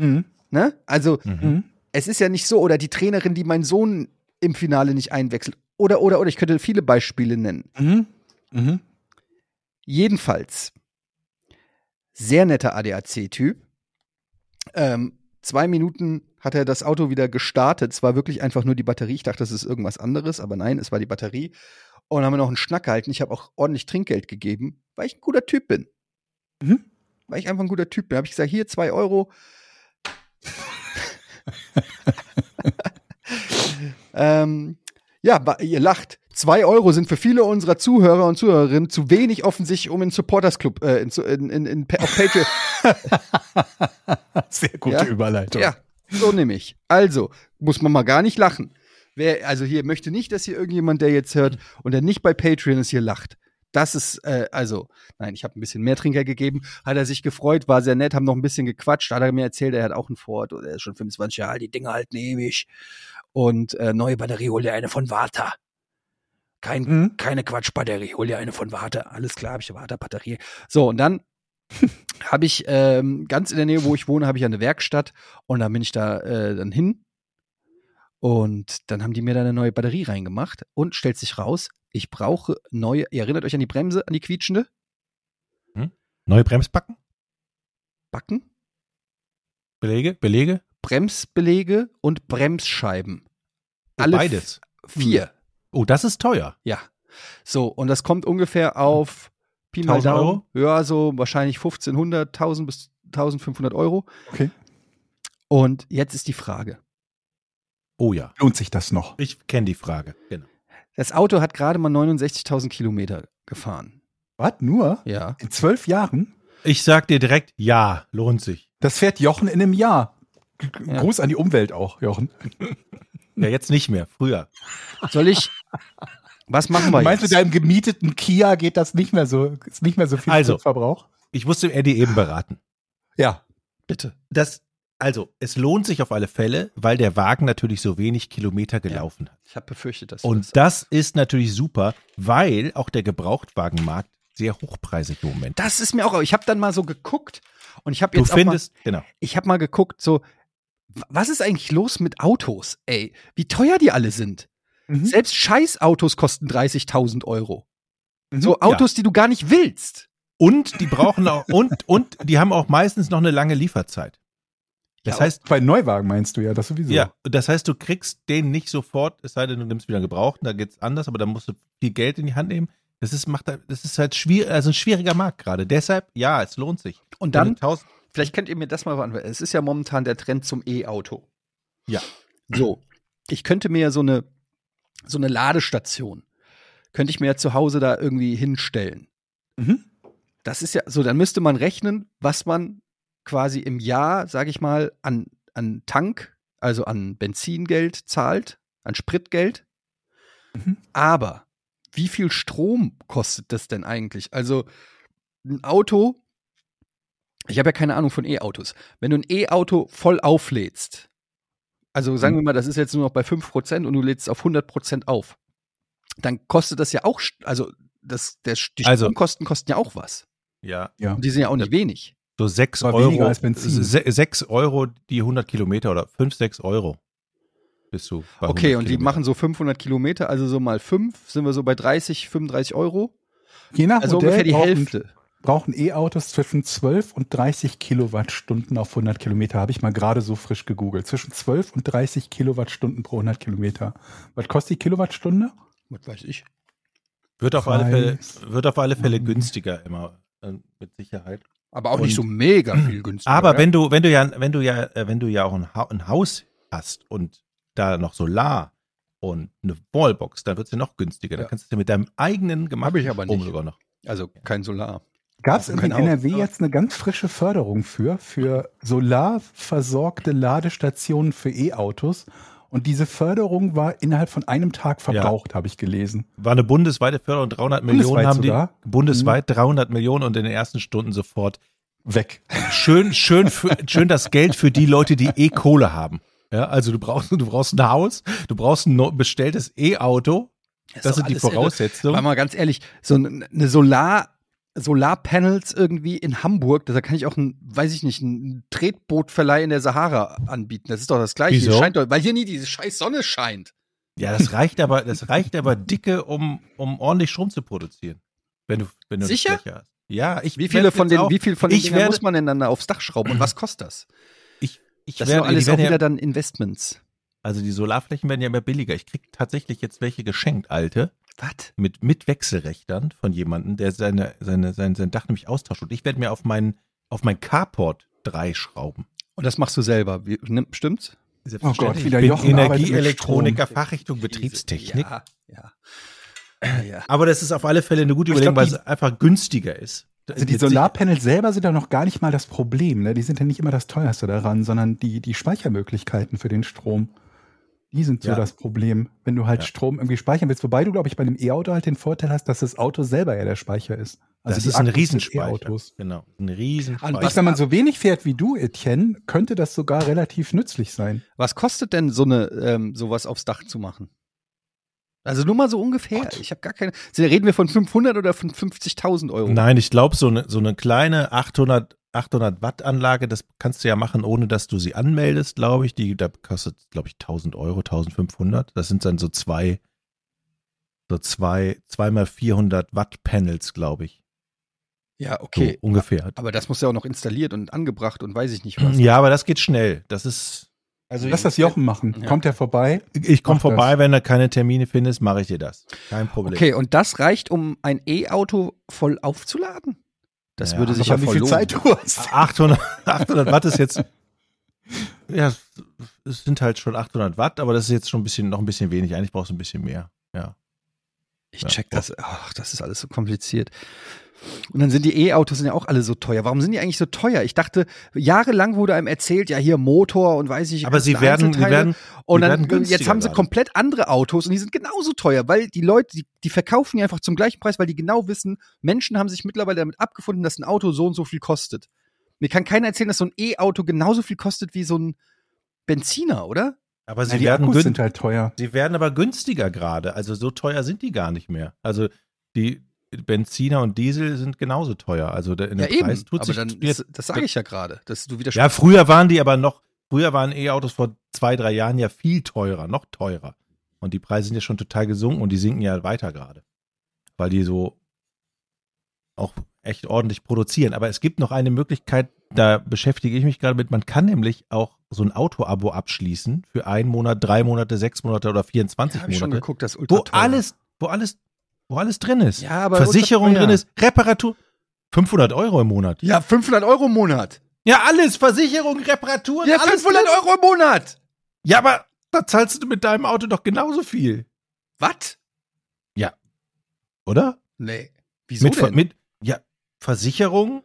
Mhm.
Ne? Also
Mhm.
Mhm.
es ist ja nicht so, oder die Trainerin, die meinen Sohn im Finale nicht einwechselt. Oder, oder, oder, ich könnte viele Beispiele nennen.
Mhm. Mhm.
Jedenfalls, sehr netter ADAC-Typ. Ähm, zwei Minuten hat er das Auto wieder gestartet. Es war wirklich einfach nur die Batterie. Ich dachte, das ist irgendwas anderes, aber nein, es war die Batterie. Und dann haben wir noch einen Schnack gehalten. Ich habe auch ordentlich Trinkgeld gegeben, weil ich ein guter Typ bin.
Mhm.
Weil ich einfach ein guter Typ bin. Habe ich gesagt, hier zwei Euro. ähm, ja, wa- ihr lacht. Zwei Euro sind für viele unserer Zuhörer und Zuhörerinnen zu wenig offensichtlich, um in Supporters Club, äh, in, in, in, in, auf Patreon,
Sehr gute
Ja.
Überleitung.
Ja, so nehme ich. Also, muss man mal gar nicht lachen. Wer, also hier möchte nicht, dass hier irgendjemand, der jetzt hört und der nicht bei Patreon ist, hier lacht. Das ist, äh, also, nein, ich habe ein bisschen mehr Trinker gegeben. Hat er sich gefreut, war sehr nett, haben noch ein bisschen gequatscht. Hat er mir erzählt, er hat auch einen Ford und er ist schon 25 Jahre alt, die Dinger halten ewig. Und äh, neue Batterie, hol dir eine von Warta. Kein,
Mhm.
keine Quatschbatterie, hol dir eine von Warta. Alles klar, habe ich eine Warta-Batterie. So, und dann habe ich ähm, ganz in der Nähe, wo ich wohne, habe ich ja eine Werkstatt und dann bin ich da äh, dann hin und dann haben die mir da eine neue Batterie reingemacht und stellt sich raus, ich brauche neue, ihr erinnert euch an die Bremse, an die quietschende
Neue Bremsbacken?
Backen,
Belege? Belege?
Bremsbelege und Bremsscheiben. Alle
Oh, Beides.
vier.
Oh, das ist teuer.
Ja. So, und das kommt ungefähr auf Pi mal
1000
Daumen.
Euro?
Ja, so wahrscheinlich 1500, 1000 bis 1500 Euro.
Okay.
Und jetzt ist die Frage.
Oh ja.
Lohnt sich das noch?
Ich kenne die Frage. Genau.
Das Auto hat gerade mal 69.000 Kilometer gefahren.
Was? Nur?
Ja.
In zwölf Jahren?
Ich sag dir direkt, ja, lohnt sich.
Das fährt Jochen in einem Jahr. G-
Ja.
Gruß an die Umwelt auch, Jochen.
Ja, jetzt nicht mehr, früher.
Soll ich. Was machen wir
Meinst du,
jetzt?
deinem gemieteten Kia geht das nicht mehr so, ist nicht mehr so viel
Also.
Verbrauch?
Ich musste Eddie eben beraten.
Ja.
Bitte.
Das, also, es lohnt sich auf alle Fälle, weil der Wagen natürlich so wenig Kilometer gelaufen hat.
Ich habe befürchtet, dass. du
Und
das
das ist natürlich super, weil auch der Gebrauchtwagenmarkt sehr hochpreisig im Moment. ist.
das ist mir auch. Ich habe dann mal so geguckt und ich habe
Du
jetzt auch mal,
findest, genau.
ich habe mal geguckt, so w- was ist eigentlich los mit Autos? Ey, wie teuer die alle sind.
Mhm.
Selbst Scheißautos kosten 30.000 Euro.
Mhm.
So Autos, die du gar nicht willst.
Und die brauchen auch, und, und die haben auch meistens noch eine lange Lieferzeit. Das
Ja,
heißt,
Bei Neuwagen meinst du ja, das sowieso.
ja, das heißt, du kriegst den nicht sofort, es sei denn, du nimmst wieder einen Gebrauchten, da geht's anders, aber da musst du viel Geld in die Hand nehmen. Das ist, macht, da- das ist halt schwierig, also ein schwieriger Markt gerade. Deshalb, ja, es lohnt sich.
Und dann,
Wenn du 1000
vielleicht könnt ihr mir das mal beantworten. Es ist ja momentan der Trend zum E-Auto.
Ja.
So, ich könnte mir ja so eine so eine Ladestation könnte ich mir ja zu Hause da irgendwie hinstellen.
Mhm.
Das ist ja so, dann müsste man rechnen, was man quasi im Jahr, sage ich mal, an, an Tank, also an Benzingeld zahlt, an Spritgeld.
Mhm.
Aber wie viel Strom kostet das denn eigentlich? Also ein Auto, ich habe ja keine Ahnung von E-Autos. Wenn du ein E-Auto voll auflädst, also sagen wir mal, das ist jetzt nur noch bei 5% und du lädst es auf 100% auf, dann kostet das ja auch, st- also das, der, die
Also-
Stromkosten kosten ja auch was.
Ja,
Ja.
Und die sind ja auch nicht wenig.
so 6
War
Euro.
weniger als Benzin.
6 Euro die 100 Kilometer oder 5, 6 Euro bist du
Okay,
bei 100
und die
Kilometern.
machen so 500 Kilometer, also so mal 5, sind wir so bei 30, 35 Euro.
Je nach
Also
Modell
ungefähr die
brauchen-
Hälfte.
brauchen E-Autos zwischen 12 und 30 Kilowattstunden auf 100 Kilometer. Habe ich mal gerade so frisch gegoogelt. Zwischen 12 und 30 Kilowattstunden pro 100 Kilometer. Was kostet die Kilowattstunde?
Was weiß ich.
Wird auf, alle Fälle,
Preis.
wird auf alle Fälle
Mhm.
günstiger immer, äh, mit Sicherheit.
Aber auch nicht so
Und-
mega viel günstiger.
Aber
oder?
wenn du, wenn du ja, wenn du ja, äh, wenn du ja auch ein, ha ein Haus hast und da noch Solar und eine Wallbox, dann wird es ja noch günstiger. Dann
Ja.
kannst du ja mit deinem eigenen gemachten
Hab ich aber
Strom
nicht.
sogar noch.
Also kein Solar.
Gab es in
Also kein Auto.
NRW jetzt eine ganz frische Förderung für, für solarversorgte Ladestationen für E-Autos? Und diese Förderung war innerhalb von einem Tag verbraucht, habe ich gelesen.
War eine bundesweite Förderung, 300 Millionen
Bundesweit
haben die
sogar?
bundesweit
Mhm.
300 Millionen und in den ersten Stunden sofort
Weg.
schön, schön, für, schön das Geld für die Leute, die eh Kohle haben. Ja, also du brauchst, du brauchst ein Haus, du brauchst ein neu bestelltes E-Auto.
ist doch
Das sind die
alles irre.
Voraussetzungen.
Weil mal ganz ehrlich, so ein- eine Solar, Solarpanels irgendwie in Hamburg, da kann ich auch ein, weiß ich nicht, ein Tretbootverleih in der Sahara anbieten. Das ist doch das Gleiche.
Wieso?
Hier Scheint doch, weil hier nie diese scheiß Sonne scheint.
Ja, das reicht aber, das reicht aber dicke, um, um ordentlich Strom zu produzieren. Wenn du, wenn du eine
Sicher?
Fläche hast. Ja, ich
Wie viele
werd
von den,
jetzt auch-
wie viel von den
ich
Dingern
werde,
muss man denn dann da aufs Dach schrauben und was kostet das?
ich, ich
Das sind
werde,
doch alles
die
auch
werden
wieder
ja,
dann Investments.
also die Solarflächen werden ja immer billiger. Ich krieg tatsächlich jetzt welche geschenkt, alte,
Was?
mit, mit Wechselrechtern von jemandem, der seine, seine, sein, sein Dach nämlich austauscht. Und ich werde mir auf meinen, auf mein Carport drei schrauben.
Und das machst du selber, wie, ne, stimmt's?
Selbstverständlich.
Oh wieder
ich
Jochen
bin
arbeitet mit
Energieelektroniker,
Strom.
Fachrichtung Betriebstechnik.
Ja, ja. Ja, ja.
Aber das ist auf alle Fälle eine gute
Ich glaub,
Überlegung, weil
die-
es einfach günstiger ist.
Also die
Mit Sicherheit.
Solarpanels selber sind ja noch gar nicht mal das Problem. Ne? Die sind ja nicht immer das teuerste daran, sondern die, die Speichermöglichkeiten für den Strom, die sind so
Ja.
das Problem, wenn du halt
Ja.
Strom irgendwie speichern willst. Wobei du, glaube ich, bei dem E-Auto halt den Vorteil hast, dass das Auto selber ja der Speicher ist. Also
das Also
die
ist ein
Akkus des
Riesenspeicher.
E-Autos.
Genau, ein Riesenspeicher.
Und
Also Ich, wenn man so wenig fährt wie du, Etienne, könnte das sogar relativ nützlich sein.
Was kostet denn so eine ähm, sowas aufs Dach zu machen? Also nur mal so ungefähr. Ich habe gar keine. Sind- Reden wir von 500 oder von 50.000 Euro?
Nein, ich glaube, so eine, so eine kleine 800, 800 Watt Anlage, das kannst du ja machen, ohne dass du sie anmeldest, glaube ich. Die da kostet, glaube ich, 1000 Euro, 1500. Das sind dann so zwei, so zwei, zweimal 400 Watt Panels, glaube ich.
Ja,
So
okay.
ungefähr.
Aber das muss ja auch noch installiert und angebracht und weiß ich nicht was.
Ja, aber das geht schnell. Das ist, also
Lass das Jochen machen.
Ja.
Kommt er vorbei?
ich, ich komme
Mach das.
vorbei, wenn du keine Termine findest, mache ich dir das. Kein Problem.
Okay, und das reicht, um ein E-Auto voll aufzuladen? Das
Ja,
würde
aber
sich ja Also
wie
voll
viel
lohnen.
Zeit du hast.
800, 800 Watt ist jetzt, ja, es sind halt schon 800 Watt, aber das ist jetzt schon ein bisschen, noch ein bisschen wenig. Eigentlich brauchst du ein bisschen mehr. Ja.
Ich check das.
Oh.
Ach, das ist alles so kompliziert. Und dann sind die E-Autos sind ja auch alle so teuer. Warum sind die eigentlich so teuer? Ich dachte, jahrelang wurde einem erzählt, ja hier Motor und weiß ich. die
Aber sie
ganzen
werden, sie
Einzelteile.
werden,
Und
Die
dann,
werden günstiger
jetzt haben sie
gerade.
komplett andere Autos und die sind genauso teuer, weil die Leute, die, die verkaufen die einfach zum gleichen Preis, weil die genau wissen, Menschen haben sich mittlerweile damit abgefunden, dass ein Auto so und so viel kostet. Mir kann keiner erzählen, dass so ein E-Auto genauso viel kostet wie so ein Benziner, oder?
aber sie
Ja, die
werden,
Akkus
gün-
sind halt teuer.
sie werden aber günstiger gerade. Also so teuer sind die gar nicht mehr. Also die Benziner und Diesel sind genauso teuer. Also da- in
ja,
dem
eben.
Preis tut
Aber
sich
dann
jetzt-
ist, das sage ich ja gerade, dass du wieder
Ja, früher waren die aber noch, früher waren E-Autos vor zwei, drei Jahren ja viel teurer, noch teurer. Und die Preise sind ja schon total gesunken und die sinken ja weiter gerade. Weil die so auch echt ordentlich produzieren. Aber es gibt noch eine Möglichkeit, da beschäftige ich mich gerade mit, man kann nämlich auch so ein Auto-Abo abschließen für einen Monat, drei Monate, sechs Monate oder 24
habe ich schon
Monate.
geguckt, das ist ultra
Wo
teuer.
alles, wo alles, wo alles drin ist.
ja, aber
Versicherung
ultra teuer.
drin ist, Reparatur. 500 Euro im Monat.
Ja, 500 Euro im Monat.
Ja, alles. Versicherung, Reparaturen,
Ja,
alles.
500 Euro im Monat.
Ja, aber da zahlst du mit deinem Auto doch genauso viel,
Was?
oder?
Nee. Wieso
mit, Ver-
denn?
mit ja, Versicherung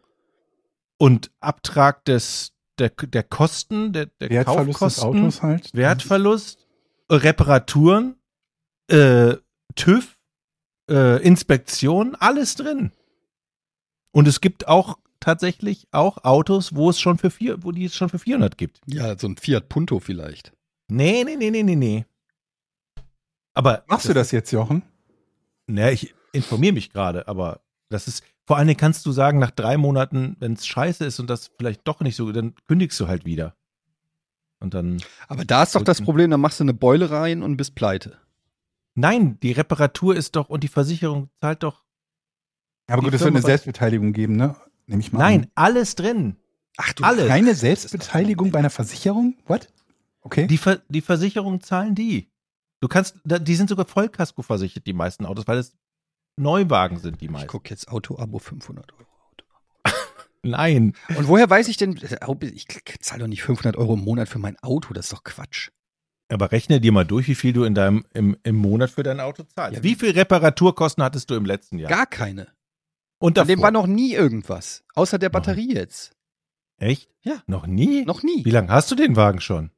und Abtrag des, der, der Kosten, der, der
Wertverlust des
Kaufkosten,
Autos halt.
Wertverlust, äh, Reparaturen, äh, TÜV, äh, Inspektion, alles drin. Und es gibt auch tatsächlich auch Autos, wo es schon für vier, wo die es schon für 400 gibt.
ja, so ein Fiat Punto vielleicht.
Nee, nee, nee, nee, nee, nee. Aber
Machst du das jetzt, Jochen?
Ne, ich informiere mich gerade, aber das ist Vor allen Dingen kannst du sagen, nach drei Monaten, wenn es scheiße ist und das vielleicht doch nicht so, dann kündigst du halt wieder. Und dann.
Aber da ist doch das
Drücken.
Problem, dann machst du eine Beule rein und bist pleite.
Nein, die Reparatur ist doch und die Versicherung zahlt doch.
Aber gut,
Die
es wird eine
Firma-
Selbstbeteiligung geben, ne? Nehme ich mal an.
Nein, alles drin.
Ach du.
Alles.
Keine Selbstbeteiligung bei einer Versicherung? What? Okay.
Die, Ver die Versicherung zahlen die. Du kannst, da- die sind sogar Vollkasko versichert, die meisten Autos, weil es Neuwagen sind, die
Ich
meisten.
guck jetzt Auto-Abo 500 Euro.
Nein.
Und woher weiß ich denn, äh, ich zahle doch nicht 500 Euro im Monat für mein Auto, das ist doch Quatsch.
Aber rechne dir mal durch, wie viel du in deinem, im, im Monat für dein Auto zahlst.
Ja,
wie viel Reparaturkosten hattest du im letzten Jahr?
Gar keine.
Und
An dem
davor?
war noch nie irgendwas. Außer der Batterie jetzt.
Echt?
Ja.
Noch nie?
Noch
Wie
nie.
lange hast du den Wagen schon?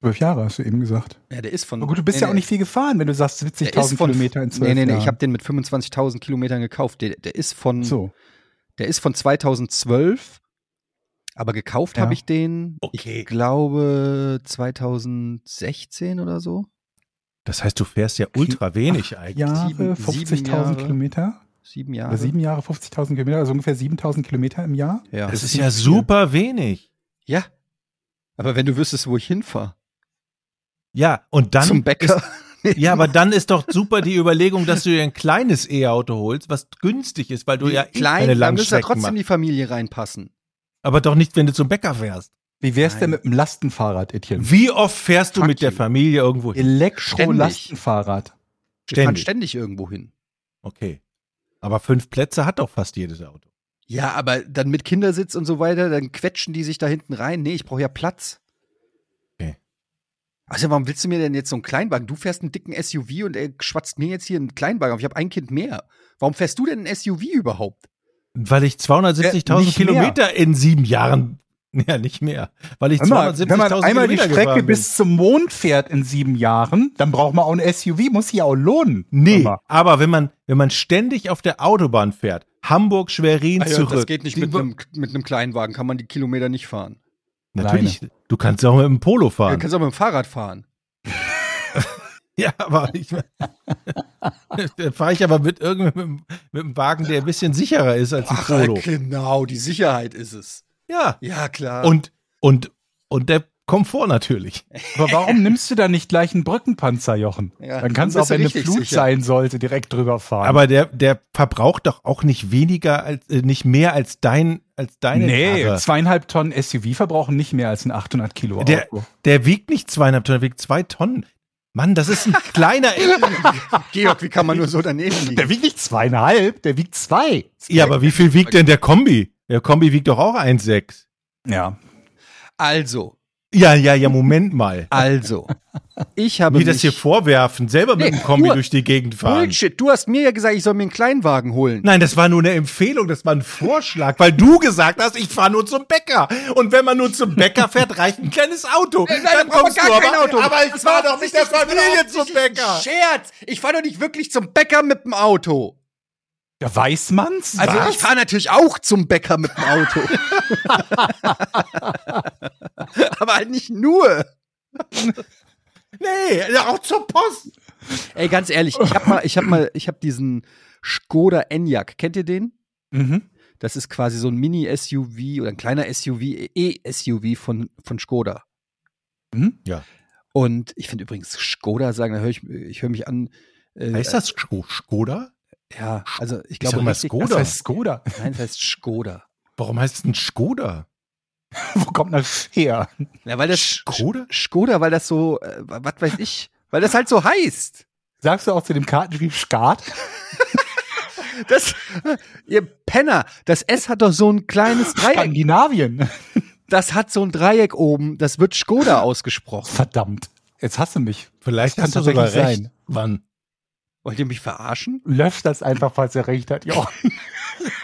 Zwölf Jahre hast du eben gesagt.
Ja, der ist von.
Aber gut, du bist ja
nee,
auch nicht viel gefahren, wenn du sagst
der ist
70.000
von,
Kilometer in zwölf
Nee, nee, nee, ich habe
Jahren.
den mit 25.000 Kilometern gekauft. Der, der, ist von,
So.
der ist von 2012. Aber gekauft
Ja.
habe ich den,
Okay.
ich glaube, 2016 oder so.
Das heißt, du fährst ja ultra wenig eigentlich.
Jahre,
sieben
50.000
Jahre.
Kilometer?
Sieben Jahre.
Oder sieben Jahre, 50.000 Kilometer, also ungefähr 7.000 Kilometer im Jahr?
Ja.
Das ist ja super wenig.
ja. Aber wenn du wüsstest, wo ich hinfahre.
Ja, und dann
Zum Bäcker.
Ist, ja, aber dann ist doch super die Überlegung, dass du dir ein kleines E-Auto holst, was günstig ist, weil du ja eh keine
klein, da müsste ja
Langstrecken
trotzdem
machst.
die Familie reinpassen.
Aber doch nicht, wenn du zum Bäcker fährst.
Wie wär's
Nein.
denn mit einem Lastenfahrrad, Etienne?
Wie oft fährst du
Fuck
mit der
you.
Familie irgendwo hin?
Elektro-Lastenfahrrad.
Wir fahren
Ständig.
ständig irgendwo hin.
Okay. Aber fünf Plätze hat doch fast jedes Auto.
Ja, aber dann mit Kindersitz und so weiter, dann quetschen die sich da hinten rein. Nee, ich brauche ja Platz.
Okay.
Also warum willst du mir denn jetzt so einen Kleinwagen? Du fährst einen dicken SUV und er schwatzt mir jetzt hier einen Kleinwagen auf. Ich habe ein Kind mehr. Warum fährst du denn einen SUV überhaupt?
Weil ich 270.000
Äh, nicht
Kilometer in sieben Jahren. Ja, nicht mehr. Weil ich
Wenn man,
270.000
wenn man einmal die
Kilometer
Strecke
gefahren
bis zum Mond fährt in sieben Jahren, dann braucht man auch ein SUV, muss sich ja auch lohnen.
bin. Nee,
Aber
aber wenn man, wenn man ständig auf der Autobahn fährt, Hamburg, Schwerin,
Also,
zurück.
das geht nicht
die-
mit einem, mit einem Kleinwagen, kann man die Kilometer nicht fahren.
Natürlich, du kannst auch mit dem Polo
Du
fahren.
kannst auch mit dem Fahrrad fahren.
Ja, aber ich da fahre ich aber mit irgendeinem mit einem Wagen, der ein bisschen sicherer ist als ein Polo.
genau, die Sicherheit ist es.
Ja.
Ja, klar.
Und und und der Komfort natürlich.
Aber warum nimmst du da nicht gleich einen Brückenpanzer, Jochen?
Ja,
dann kannst
dann bist
du auch,
du
wenn eine
richtig
Flut
sicher.
sein sollte, direkt drüber fahren.
Aber der der verbraucht doch auch nicht weniger als äh, nicht mehr als dein als deine
nee,
Karre.
zweieinhalb Tonnen SUV verbrauchen nicht mehr als ein 800 Kilo
Der,
Auto.
der wiegt nicht zweieinhalb Tonnen, der wiegt zwei Tonnen. Mann, das ist ein kleiner.
Georg, wie kann man nur so daneben liegen?
Der wiegt nicht zweieinhalb, der wiegt zwei.
ja, aber wie viel wiegt denn der Kombi? Der Kombi wiegt doch auch 1,6.
Ja.
also,
Ja, ja, ja, Moment mal.
also. Ich habe
Mir das
mich-
hier vorwerfen, selber mit
Nee,
dem Kombi
nur-
durch die Gegend fahren.
Bullshit, du hast mir ja gesagt, ich soll mir einen Kleinwagen holen.
Nein, das war nur eine Empfehlung, das war ein Vorschlag, weil du gesagt hast, ich fahre nur zum Bäcker. Und wenn man nur zum Bäcker fährt, reicht ein kleines Auto.
da braucht man
Aber ich
Das
fahre
war
doch mit der
offensichtlich-
Familie
das war
zum
offensichtlich
Bäcker.
ein Scherz, ich fahre doch nicht wirklich zum Bäcker mit dem Auto.
Ja, weiß man's?
Also ich fahre natürlich auch zum Bäcker mit dem Auto. Aber halt nicht nur.
Nee, ja, auch zur Post.
Ey, ganz ehrlich, ich habe mal, ich habe mal, ich habe diesen Skoda Enyaq. Kennt ihr den?
mhm.
Das ist quasi so ein Mini-SUV oder ein kleiner SUV, E E-SUV von, von Skoda.
Mhm.
Ja.
Und ich finde übrigens Skoda sagen, da höre ich, ich höre mich an. Äh,
Heißt das Sk- Skoda?
Ja, also ich
sag
glaube,
mal
richtig-
Skoda.
Das heißt Skoda.
Nein, das heißt Skoda.
Warum heißt es ein Skoda?
Wo kommt das her?
Ja, weil das
Skoda?
Skoda, weil das so, äh, was weiß ich, weil das halt so heißt.
Sagst du auch zu dem Kartenspiel Skat?
Das, ihr Penner, das S hat doch so ein kleines Dreieck.
Skandinavien.
Das hat so ein Dreieck oben, das wird Skoda ausgesprochen.
Verdammt. Jetzt hast du mich.
Vielleicht
Das
hast du
kann
sogar
tatsächlich
recht.
sein.
Wann?
Wollt ihr mich verarschen?
Lösch das einfach, falls er recht hat. Ja.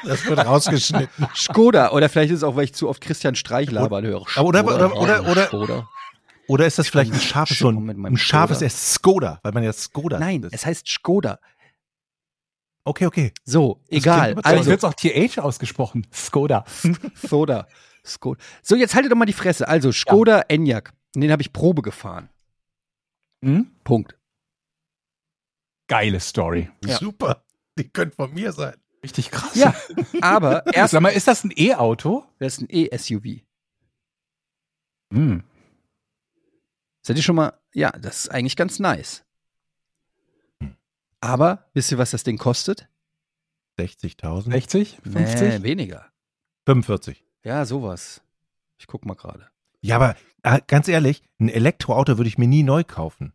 Das wird rausgeschnitten.
Skoda, oder vielleicht ist es auch, weil ich zu oft Christian Streich labern höre.
Aber oder- oder- oder-
Skoda,
oder-
Skoda.
Oder ist das vielleicht ein
Ich komm
scharfes,
schon
so ein,
mit meinem
ein scharfes
Skoda.
S Skoda, weil man ja Skoda
Nein,
Das-
es heißt Skoda.
Okay, okay.
So, egal.
klingt
Also
Also,
wird es auch TH ausgesprochen. Skoda.
Skoda. Skoda. So, jetzt haltet doch mal die Fresse. Also, Skoda Enyaq. Den habe ich Probe gefahren.
Hm?
Punkt.
Geile Story.
Ja.
Super. Die können von mir sein.
Richtig krass.
Ja, aber erst
Sag mal, ist das ein E-Auto?
das ist ein E E-SUV.
Hm.
Seid ihr schon mal? Ja, das ist eigentlich ganz nice. Aber wisst ihr, was das Ding kostet?
60.000?
60? 50?
Nee, weniger.
45.
Ja, sowas. Ich guck mal gerade.
Ja, aber äh, ganz ehrlich, ein Elektroauto würde ich mir nie neu kaufen.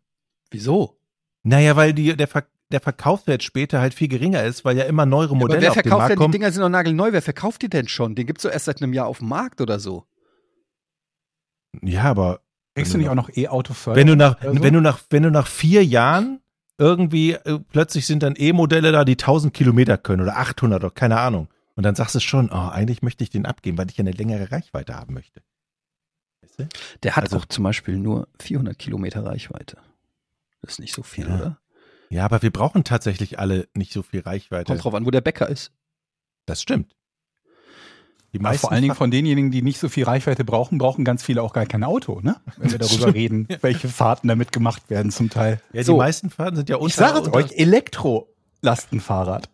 Wieso?
Naja, weil die, der, Ver der Verkaufswert später halt viel geringer ist, weil ja immer neuere
Aber
Modelle
wer
auf den
verkauft
Markt
denn die
kommen.
Dinger sind noch nagelneu? Wer verkauft die denn schon? Den gibt's doch erst seit einem Jahr auf dem Markt oder so.
ja, aber
Kriegst du nicht auch noch E-Auto fördern?
wenn du nach,
oder so?
wenn du nach, wenn du nach vier Jahren irgendwie äh, plötzlich sind dann E-Modelle da, die 1000 Kilometer können oder 800 oder keine Ahnung. Und dann sagst du schon, oh, eigentlich möchte ich den abgeben, weil ich ja eine längere Reichweite haben möchte. Weißt du?
Der hat
Also-
auch zum Beispiel nur 400 Kilometer Reichweite. Das ist nicht so viel,
Ja.
oder?
Ja, aber wir brauchen tatsächlich alle nicht so viel Reichweite.
Kommt drauf an, wo der Bäcker ist.
Das stimmt. Die
Aber
meisten
vor allen Dingen
Fach-
von denjenigen, die nicht so viel Reichweite brauchen, brauchen ganz viele auch gar kein Auto, ne? Wenn wir
Das
darüber
stimmt.
reden, welche Fahrten damit gemacht werden zum Teil.
ja,
so.
die meisten Fahrten sind ja unter.
Ich sage es
unter-
euch, Elektro-Lastenfahrrad.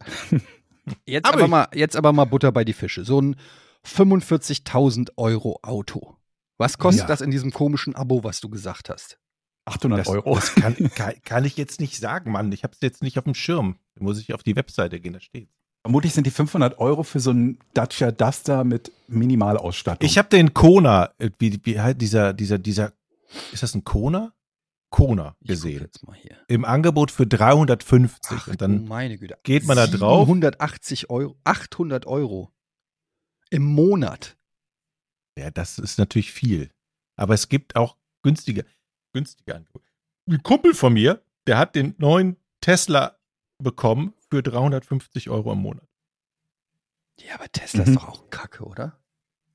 Jetzt
Aber
aber,
ich-
mal, jetzt aber mal Butter bei die Fische. So ein 45.000 Euro Auto. Was kostet
Ja.
das in diesem komischen Abo, was du gesagt hast?
800
Das,
Euro.
das kann, kann, kann ich jetzt nicht sagen, Mann. Ich habe es jetzt nicht auf dem Schirm. Da muss ich auf die Webseite gehen, da steht.
Vermutlich sind die 500 Euro für so einen Dacia Duster mit Minimalausstattung.
Ich habe den Kona, äh, wie, wie halt dieser, dieser, dieser, ist das ein Kona? Kona
Ich guck
gesehen.
Jetzt mal hier.
Im Angebot für 350. Und
du
dann
meine Güte.
geht man da drauf.
180 Euro, 800 Euro im Monat.
Ja, das ist natürlich viel. Aber es gibt auch günstige, günstige Angebote. Ein Kumpel von mir, der hat den neuen Tesla bekommen für 350 Euro im Monat.
Ja, aber Tesla
Mhm.
ist doch auch Kacke, oder?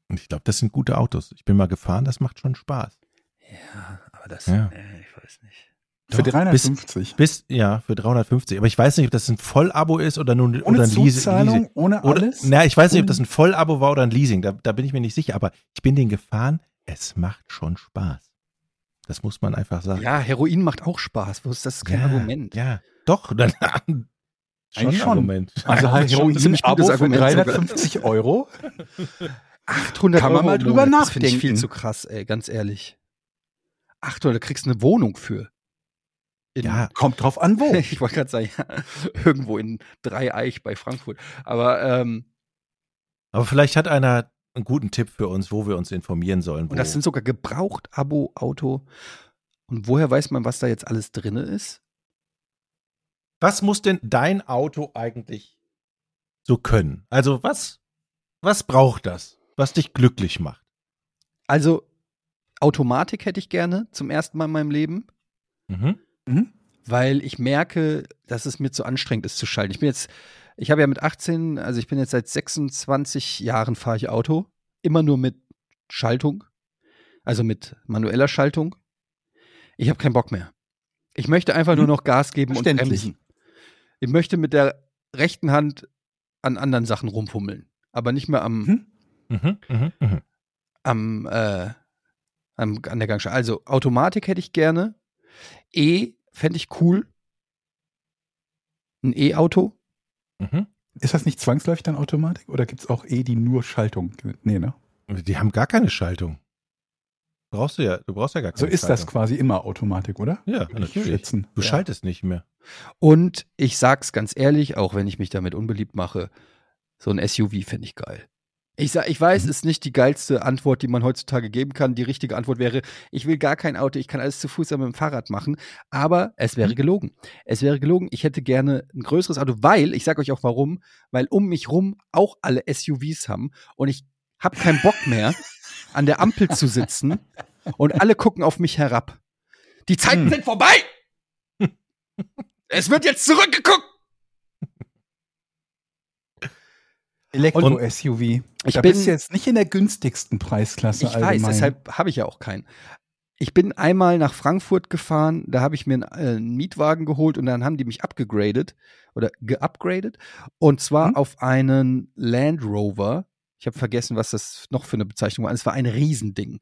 Und ich glaube, das sind gute Autos. Ich bin mal gefahren, das macht schon Spaß.
Ja, aber das,
Ja.
äh, ich weiß nicht.
für
Doch,
350.
Bis, ja, für 350. Aber ich weiß nicht, ob das ein Vollabo ist oder nur
Ohne
oder ein Lease-
Zuzahlung,
Leasing.
ohne
Oder,
alles.
na, ich weiß nicht, ob das ein Vollabo war oder ein Leasing. Da, da bin ich mir nicht sicher. Aber ich bin den gefahren. Es macht schon Spaß. Das muss man einfach sagen.
Ja, Heroin macht auch Spaß. bloß Das ist kein
Also Ja,
Argument.
Ja, doch. Dann, schon
Eigentlich schon.
Argument.
also halt
schon ein ziemlich
Heroin-Abo
gutes
für
Argument
350 Euro.
800
Kann man
Euro
mal
im
drüber
Monat, das find ich
nachdenken.
viel zu krass, ey, ganz ehrlich. 800, da kriegst du eine Wohnung für. In,
Ja,
Kommt drauf an, wo.
Ich wollte gerade sagen, ja, irgendwo in Dreieich bei Frankfurt. Aber ähm,
aber vielleicht hat einer einen guten Tipp für uns, wo wir uns informieren sollen. Wo.
und das sind sogar gebraucht Abo, Auto. Und woher weiß man, was da jetzt alles drin ist?
was muss denn dein Auto eigentlich so können? Also was, was braucht das, was dich glücklich macht?
Also Automatik hätte ich gerne zum ersten Mal in meinem Leben,
Mhm.
weil ich merke, dass es mir zu anstrengend ist zu schalten. Ich bin jetzt, ich habe ja mit 18, also ich bin jetzt seit 26 Jahren fahre ich Auto, immer nur mit Schaltung, also mit manueller Schaltung. Ich habe keinen Bock mehr. Ich möchte einfach nur noch Gas geben und
Verständlich.
bremsen. Ich möchte mit der rechten Hand an anderen Sachen rumfummeln, aber nicht mehr am,
Mhm.
Mhm. Mhm. Mhm.
am, äh, am an der Gangschaltung. Also Automatik hätte ich gerne. E fände ich cool. Ein E-Auto.
Mhm.
Ist das nicht zwangsläufig dann Automatik? Oder gibt es auch eh die nur Schaltung? Nee, ne?
Die haben gar keine Schaltung. Brauchst du ja, du brauchst ja gar keine
So ist das
Schaltung.
quasi immer Automatik, oder?
Ja, natürlich.
Schätzen.
Du schaltest nicht mehr.
Und ich sag's ganz ehrlich, auch wenn ich mich damit unbeliebt mache, so ein SUV fände ich geil. Mhm. Ich, sag, ich weiß, ist nicht die geilste Antwort, die man heutzutage geben kann. Die richtige Antwort wäre, ich will gar kein Auto, ich kann alles zu Fuß oder mit dem Fahrrad machen. Aber es wäre gelogen. Es wäre gelogen, ich hätte gerne ein größeres Auto, weil, ich sag euch auch warum, weil um mich rum auch alle SUVs haben und ich hab keinen Bock mehr, an der Ampel zu sitzen und alle gucken auf mich herab. Die Zeiten
Hm.
sind vorbei! es wird jetzt zurückgeguckt!
Elektro-SUV.
Ich
Da
bin-
bist du jetzt nicht in der günstigsten Preisklasse
Ich
allgemein.
weiß, deshalb habe ich ja auch keinen. Ich bin einmal nach Frankfurt gefahren, da habe ich mir einen, äh, einen Mietwagen geholt und dann haben die mich abgegradet oder geupgradet und zwar
Mhm.
auf einen Land Rover. Ich habe vergessen, was das noch für eine Bezeichnung war. Es war ein Riesending.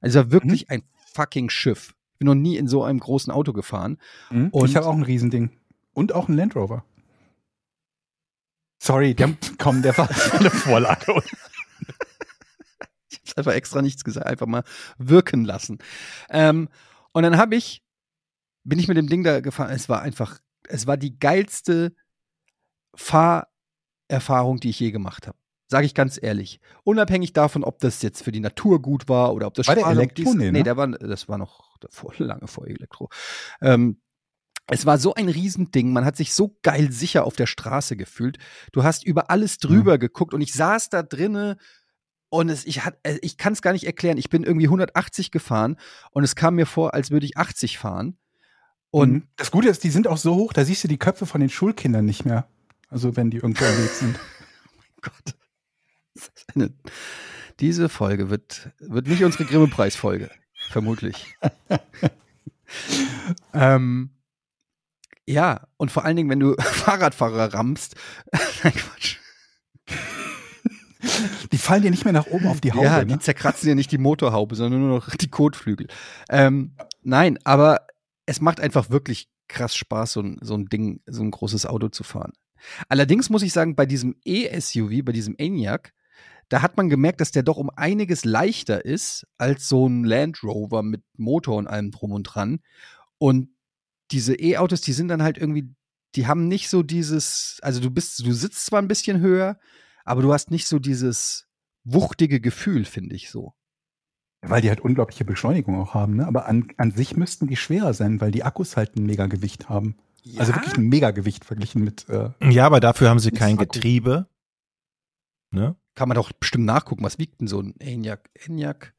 Also es
Mhm.
war wirklich ein fucking Schiff. Ich bin noch nie in so einem großen Auto gefahren.
Hm?
Und-
ich habe auch ein Riesending. Und auch ein Land Rover. Sorry, der, komm, der war.
Eine Vorlage. Und
hab's einfach extra nichts gesagt, einfach mal wirken lassen. Ähm, und dann habe ich, bin ich mit dem Ding da gefahren. Es war einfach, es war die geilste Fahrerfahrung, die ich je gemacht habe. Sage ich ganz ehrlich. Unabhängig davon, ob das jetzt für die Natur gut war oder ob das
War der
Strahlung-
Elektro? Nee,
Nee,
ne?
der war, das war noch davor, lange vor Elektro. Ähm, es war so ein Riesending, man hat sich so geil sicher auf der Straße gefühlt. Du hast über alles drüber geguckt und ich saß da drinne und es, ich, hat- äh, ich kann es gar nicht erklären. Ich bin irgendwie 180 gefahren und es kam mir vor, als würde ich 80 fahren. Und
Und das Gute ist, die sind auch so hoch, da siehst du die Köpfe von den Schulkindern nicht mehr. Also wenn die irgendwo unterwegs sind.
Gott. Das ist eine- Diese Folge wird, wird nicht unsere Grimme-Preis-Folge, vermutlich. ähm, ja, und vor allen Dingen, wenn du Fahrradfahrer rammst. Nein, Quatsch.
Die fallen dir nicht mehr nach oben auf die Haube.
ja, die
ne?
zerkratzen ja nicht die Motorhaube, sondern nur noch die Kotflügel. Ähm, nein, aber es macht einfach wirklich krass Spaß, so ein, so ein Ding, so ein großes Auto zu fahren. Allerdings muss ich sagen, bei diesem E-SUV, bei diesem ENIAC, da hat man gemerkt, dass der doch um einiges leichter ist als so ein Land Rover mit Motor und allem drum und dran. Und diese E-Autos, die sind dann halt irgendwie, die haben nicht so dieses, also du bist, du sitzt zwar ein bisschen höher, aber du hast nicht so dieses wuchtige Gefühl, finde ich so.
Weil die halt unglaubliche Beschleunigung auch haben. Ne? Aber an, an sich müssten die schwerer sein, weil die Akkus halt ein Megagewicht haben. Also wirklich ein Megagewicht verglichen mit. Äh,
Ja, aber dafür haben sie
Das
kein
war gut.
Getriebe. Ne?
Kann man doch bestimmt nachgucken, was wiegt denn so ein Enyaq, Enyaq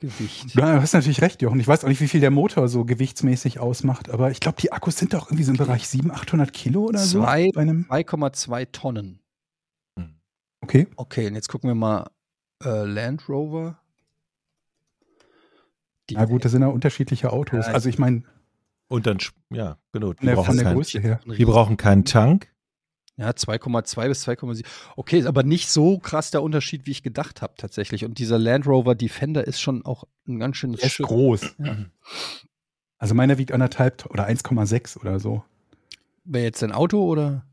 Gewicht?
ja, du hast natürlich recht, Jochen. Ich weiß auch nicht, wie viel der Motor so gewichtsmäßig ausmacht, aber ich glaube, die Akkus sind doch irgendwie so im Bereich 700, 800 Kilo oder so.
Zwei-
Bei einem,
2,2 Tonnen.
okay.
Okay, und jetzt gucken wir mal äh, Land Rover. Die
Na gut, das sind ja unterschiedliche Autos.
Ja,
Also ich meine,
Und dann, sch- ja, genau. Die,
Ne, von der,
brauchen,
von der
keinen,
Größe her.
die brauchen keinen Tank.
Ja, 2,2 bis 2,7. Okay, ist aber nicht so krass der Unterschied, wie ich gedacht habe tatsächlich. Und dieser Land Rover Defender ist schon auch ein ganz schönes
Der ist
Schiff.
groß.
Ja.
Also meiner wiegt anderthalb T- oder 1,6 oder so.
Wäre jetzt ein Auto oder?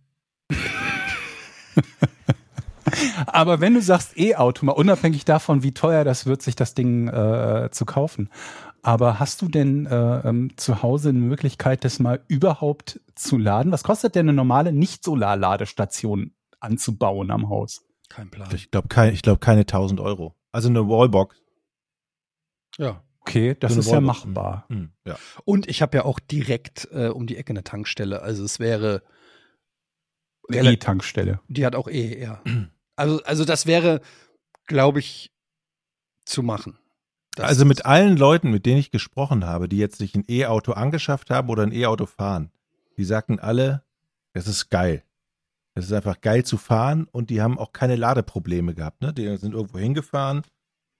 Aber wenn du sagst E-Auto, mal unabhängig davon, wie teuer das wird, sich das Ding äh, zu kaufen. Aber hast du denn äh, ähm, zu Hause eine Möglichkeit, das mal überhaupt zu laden? Was kostet denn eine normale Nicht-Solar-Ladestation anzubauen am Haus?
Kein Plan.
Ich glaube kein, ich glaub, keine 1000 Euro. Also eine Wallbox.
Ja.
Okay, das
so eine
ist ja
Wallbox.
machbar.
Mhm. Ja.
Und ich habe ja auch direkt äh, um die Ecke eine Tankstelle. Also es wäre,
Eine E-Tankstelle.
die hat auch eh, ja. Also, also das wäre, glaube ich, zu machen. Das
Also mit
ist-
allen Leuten, mit denen ich gesprochen habe, die jetzt sich ein E-Auto angeschafft haben oder ein E-Auto fahren, die sagten alle, es ist geil. Es ist einfach geil zu fahren und die haben auch keine Ladeprobleme gehabt. Ne? Die sind irgendwo hingefahren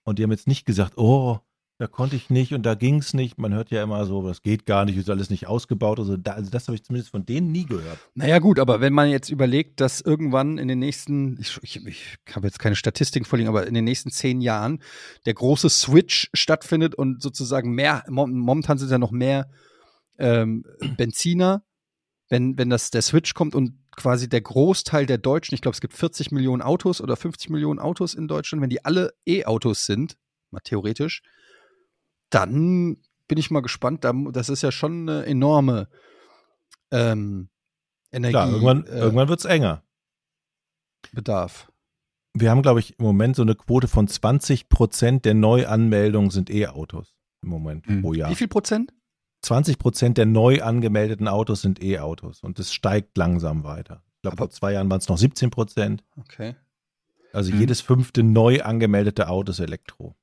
und die haben jetzt nicht gesagt, oh, da konnte ich nicht und da ging es nicht. Man hört ja immer so, das geht gar nicht, ist alles nicht ausgebaut. Also, da, also das habe ich zumindest von denen nie gehört.
Naja, gut, aber wenn man jetzt überlegt, dass irgendwann in den nächsten, ich, ich, ich habe jetzt keine Statistiken vorliegen, aber in den nächsten zehn Jahren der große Switch stattfindet und sozusagen mehr, mo- momentan sind ja noch mehr ähm, Benziner, wenn, wenn das der Switch kommt und quasi der Großteil der Deutschen, ich glaube, es gibt 40 Millionen Autos oder 50 Millionen Autos in Deutschland, wenn die alle E-Autos sind, mal theoretisch, dann bin ich mal gespannt, da mu- das ist ja schon eine enorme ähm,
Klar, irgendwann,
Energiebedarf.
irgendwann wird es enger. Wir haben, glaube ich, im Moment so eine Quote von 20 Prozent der Neuanmeldungen sind E-Autos im Moment
Hm.
pro Jahr.
Wie viel Prozent?
20 Prozent der neu angemeldeten Autos sind E-Autos und es steigt langsam weiter. Ich glaube, vor
Aber-
zwei Jahren waren es noch 17 Prozent.
Okay.
Also
Hm.
jedes fünfte neu angemeldete Auto ist Elektro.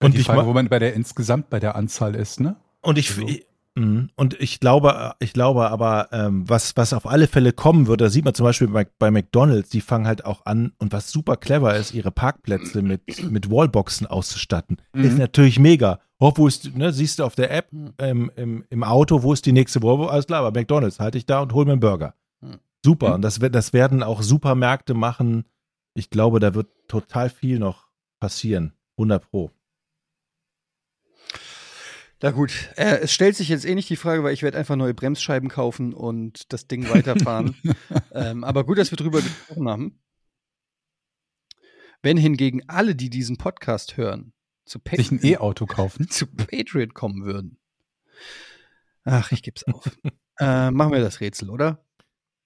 Und
Und
die
ich,
Frage,
ma-
wo man bei der insgesamt bei der Anzahl ist, ne?
und ich,
Also-
Mhm. und ich glaube, ich glaube aber, ähm, was, was auf alle Fälle kommen wird, da sieht man zum Beispiel bei, bei McDonalds, die fangen halt auch an, und was super clever ist, ihre Parkplätze mit, mit Wallboxen auszustatten.
Mhm.
Ist natürlich mega. Oh, wo ist, ne, siehst du auf der App ähm, im, im Auto, wo ist die nächste Wallbox? Alles klar, bei McDonalds halte ich da und hol mir einen Burger.
Mhm.
Super. Und das, wird- das werden auch Supermärkte machen. Ich glaube, da wird total viel noch passieren. 100 Pro.
Na gut, äh, es stellt sich jetzt eh nicht die Frage, weil ich werde einfach neue Bremsscheiben kaufen und das Ding weiterfahren. ähm, aber gut, dass wir drüber gesprochen haben. Wenn hingegen alle, die diesen Podcast hören, zu, Pa-
Sich ein E E-Auto kaufen.
zu Patreon kommen würden. Ach, ich geb's auf. äh, machen wir das Rätsel, oder?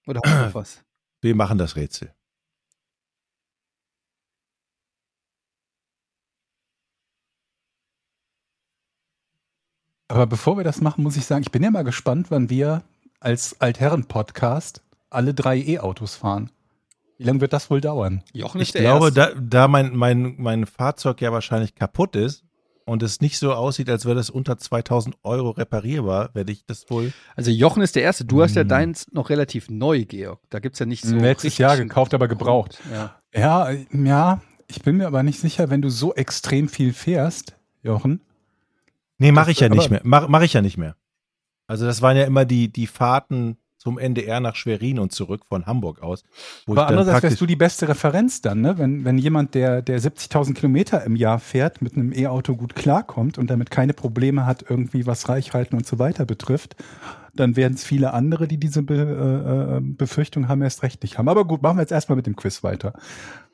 Oder haben wir noch was?
Wir machen das Rätsel.
Aber bevor wir das machen, muss ich sagen, ich bin ja mal gespannt, wann wir als Altherren-Podcast alle drei E-Autos fahren. Wie lange wird das wohl dauern?
Jochen
Ich glaube, da, da mein, mein, mein Fahrzeug ja wahrscheinlich kaputt ist und es nicht so aussieht, als wäre das unter 2000 Euro reparierbar, werde ich das wohl.
also Jochen ist der Erste. Du hast ja
Hm.
deins noch relativ neu, Georg. Da gibt's ja nicht so.
Letztes
richtig-
Jahr gekauft, aber gebraucht.
Ja.
Ja, äh, ja, ich bin mir aber nicht sicher, wenn du so extrem viel fährst, Jochen.
Nee, mache ich ja
aber-
nicht mehr. Mache mach ich ja nicht mehr. Also das waren ja immer die, die Fahrten zum NDR nach Schwerin und zurück von Hamburg aus. Wo
Aber
dann
andererseits wärst
praktisch-
du die beste Referenz dann, ne? wenn, wenn jemand, der, der 70.000 Kilometer im Jahr fährt, mit einem E-Auto gut klarkommt und damit keine Probleme hat, irgendwie was Reichweiten und so weiter betrifft, dann werden es viele andere, die diese Be äh, äh, Befürchtung haben, erst recht nicht haben. Aber gut, machen wir jetzt erstmal mit dem Quiz weiter.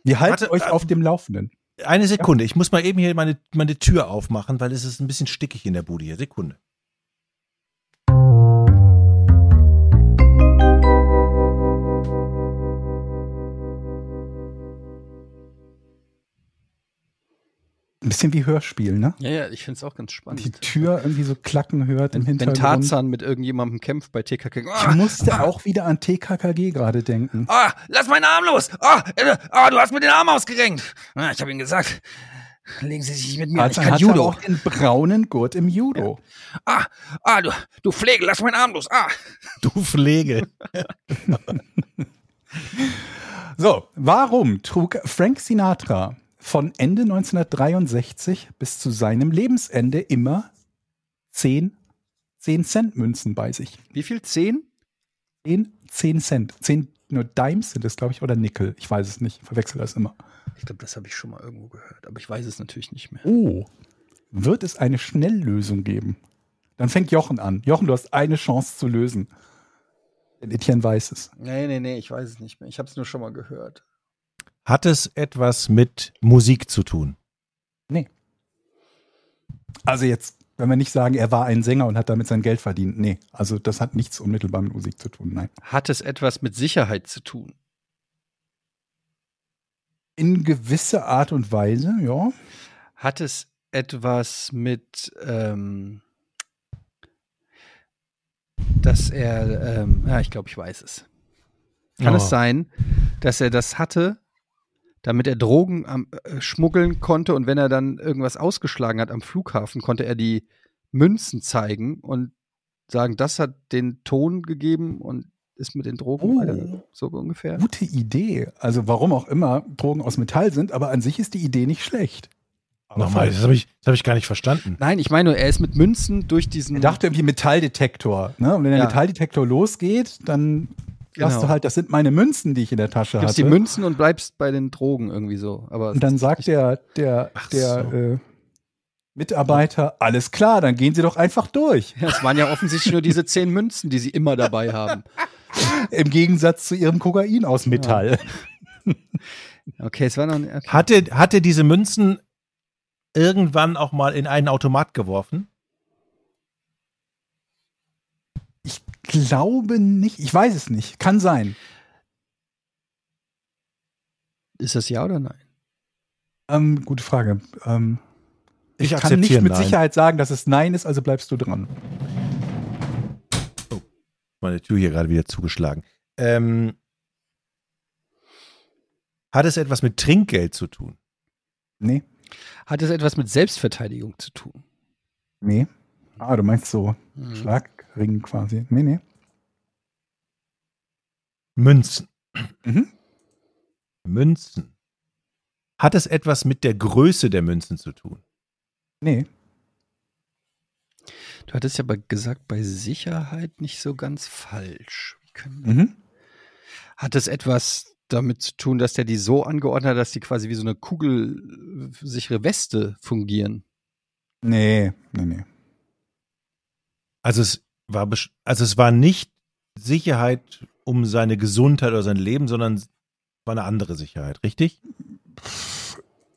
Wir halten
Warte,
euch
äh,
auf dem Laufenden.
Eine Sekunde, ich muss mal eben hier meine, meine Tür aufmachen, weil es ist ein bisschen stickig in der Bude hier. Sekunde.
Ein bisschen wie Hörspiel, ne?
ja, ja, ich find's auch ganz
Die
spannend.
Tür irgendwie so klacken hört im
Wenn
Hintergrund.
Tarzan mit irgendjemandem kämpft bei TKK.
Ich musste auch wieder an TKKG gerade denken.
Ah, lass meinen Arm los! Ah, äh, ah du hast mir den Arm ausgerenkt! Ah, ich habe ihm gesagt, legen Sie sich nicht mit mir an, ich
Tarzan
kann
hat ja
Judo.
auch den braunen Gurt im Judo.
Ah, ah, du, du Pflege, lass meinen Arm los! Ah!
Du Pflege.
So, warum trug Frank Sinatra von Ende 1963 bis zu seinem Lebensende immer 10, 10 Cent Münzen bei sich?
Wie viel? Zehn?
10, 10 Cent. 10 nur Dimes sind es, glaube ich, oder Nickel. Ich weiß es nicht. Verwechsel das immer.
Ich glaube, das habe ich schon mal irgendwo gehört, aber ich weiß es natürlich nicht mehr.
Oh. Wird es eine Schnelllösung geben? Dann fängt Jochen an. Jochen, du hast eine Chance zu lösen. Denn Etienne weiß es.
Nee, nee, nee, ich weiß es nicht mehr. Ich habe es nur schon mal gehört.
Hat es etwas mit Musik zu tun?
Also jetzt, wenn wir nicht sagen, er war ein Sänger und hat damit sein Geld verdient. Nee, also das hat nichts unmittelbar mit Musik zu tun. Nein.
Hat es etwas mit Sicherheit zu tun?
In gewisser Art und Weise, ja.
Hat es etwas mit, ähm, dass er, ähm, ja, ich glaube, ich weiß es. Kann
Oh.
es sein, dass er das hatte, damit er Drogen am, äh, schmuggeln konnte und wenn er dann irgendwas ausgeschlagen hat am Flughafen, konnte er die Münzen zeigen und sagen, das hat den Ton gegeben und ist mit den Drogen
Oh.
weiter- so ungefähr.
Gute Idee. Also warum auch immer Drogen aus Metall sind, aber an sich ist die Idee nicht schlecht. Aber
Nochmal,
falsch.
das habe ich, das hab ich gar nicht verstanden.
Nein, ich meine, nur, er ist mit Münzen durch diesen.
Er dachte irgendwie Metalldetektor. Ne? Und wenn der
Ja.
Metalldetektor losgeht, dann sagst
Genau.
du halt, das sind meine Münzen, die ich in der Tasche
gibst
hatte.
die Münzen und bleibst bei den Drogen irgendwie so. Aber
Und dann sagt der, der,
Ach
der
so.
äh, Mitarbeiter, alles klar, dann gehen Sie doch einfach durch.
Ja, es waren ja offensichtlich nur diese zehn Münzen, die sie immer dabei haben.
Im Gegensatz zu ihrem Kokain aus Metall.
Okay, es war noch. Okay.
Hat er, hat er diese Münzen irgendwann auch mal in einen Automat geworfen?
Ich glaube nicht. Ich weiß es nicht. Kann sein.
Ist das ja oder nein?
Ähm, gute Frage. Ähm,
Ich,
kann nicht mit
Nein.
Sicherheit sagen, dass es Nein ist, also bleibst du dran.
Meine Tür hier gerade wieder zugeschlagen. Ähm, hat es etwas mit Trinkgeld zu tun?
Nee.
Hat es etwas mit Selbstverteidigung zu tun?
Nee. Ah, du meinst so
Hm.
Schlagring quasi. Nee, nee.
Münzen.
Mhm.
Münzen. Hat es etwas mit der Größe der Münzen zu tun?
Nee.
Hm. Du hattest ja aber gesagt, bei Sicherheit nicht so ganz falsch. Können-
Mhm.
Hat es etwas damit zu tun, dass der die so angeordnet hat, dass die quasi wie so eine kugelsichere Weste fungieren?
Nee, nee, nee.
Also es war, besch- also es war nicht Sicherheit um seine Gesundheit oder sein Leben, sondern war eine andere Sicherheit, richtig?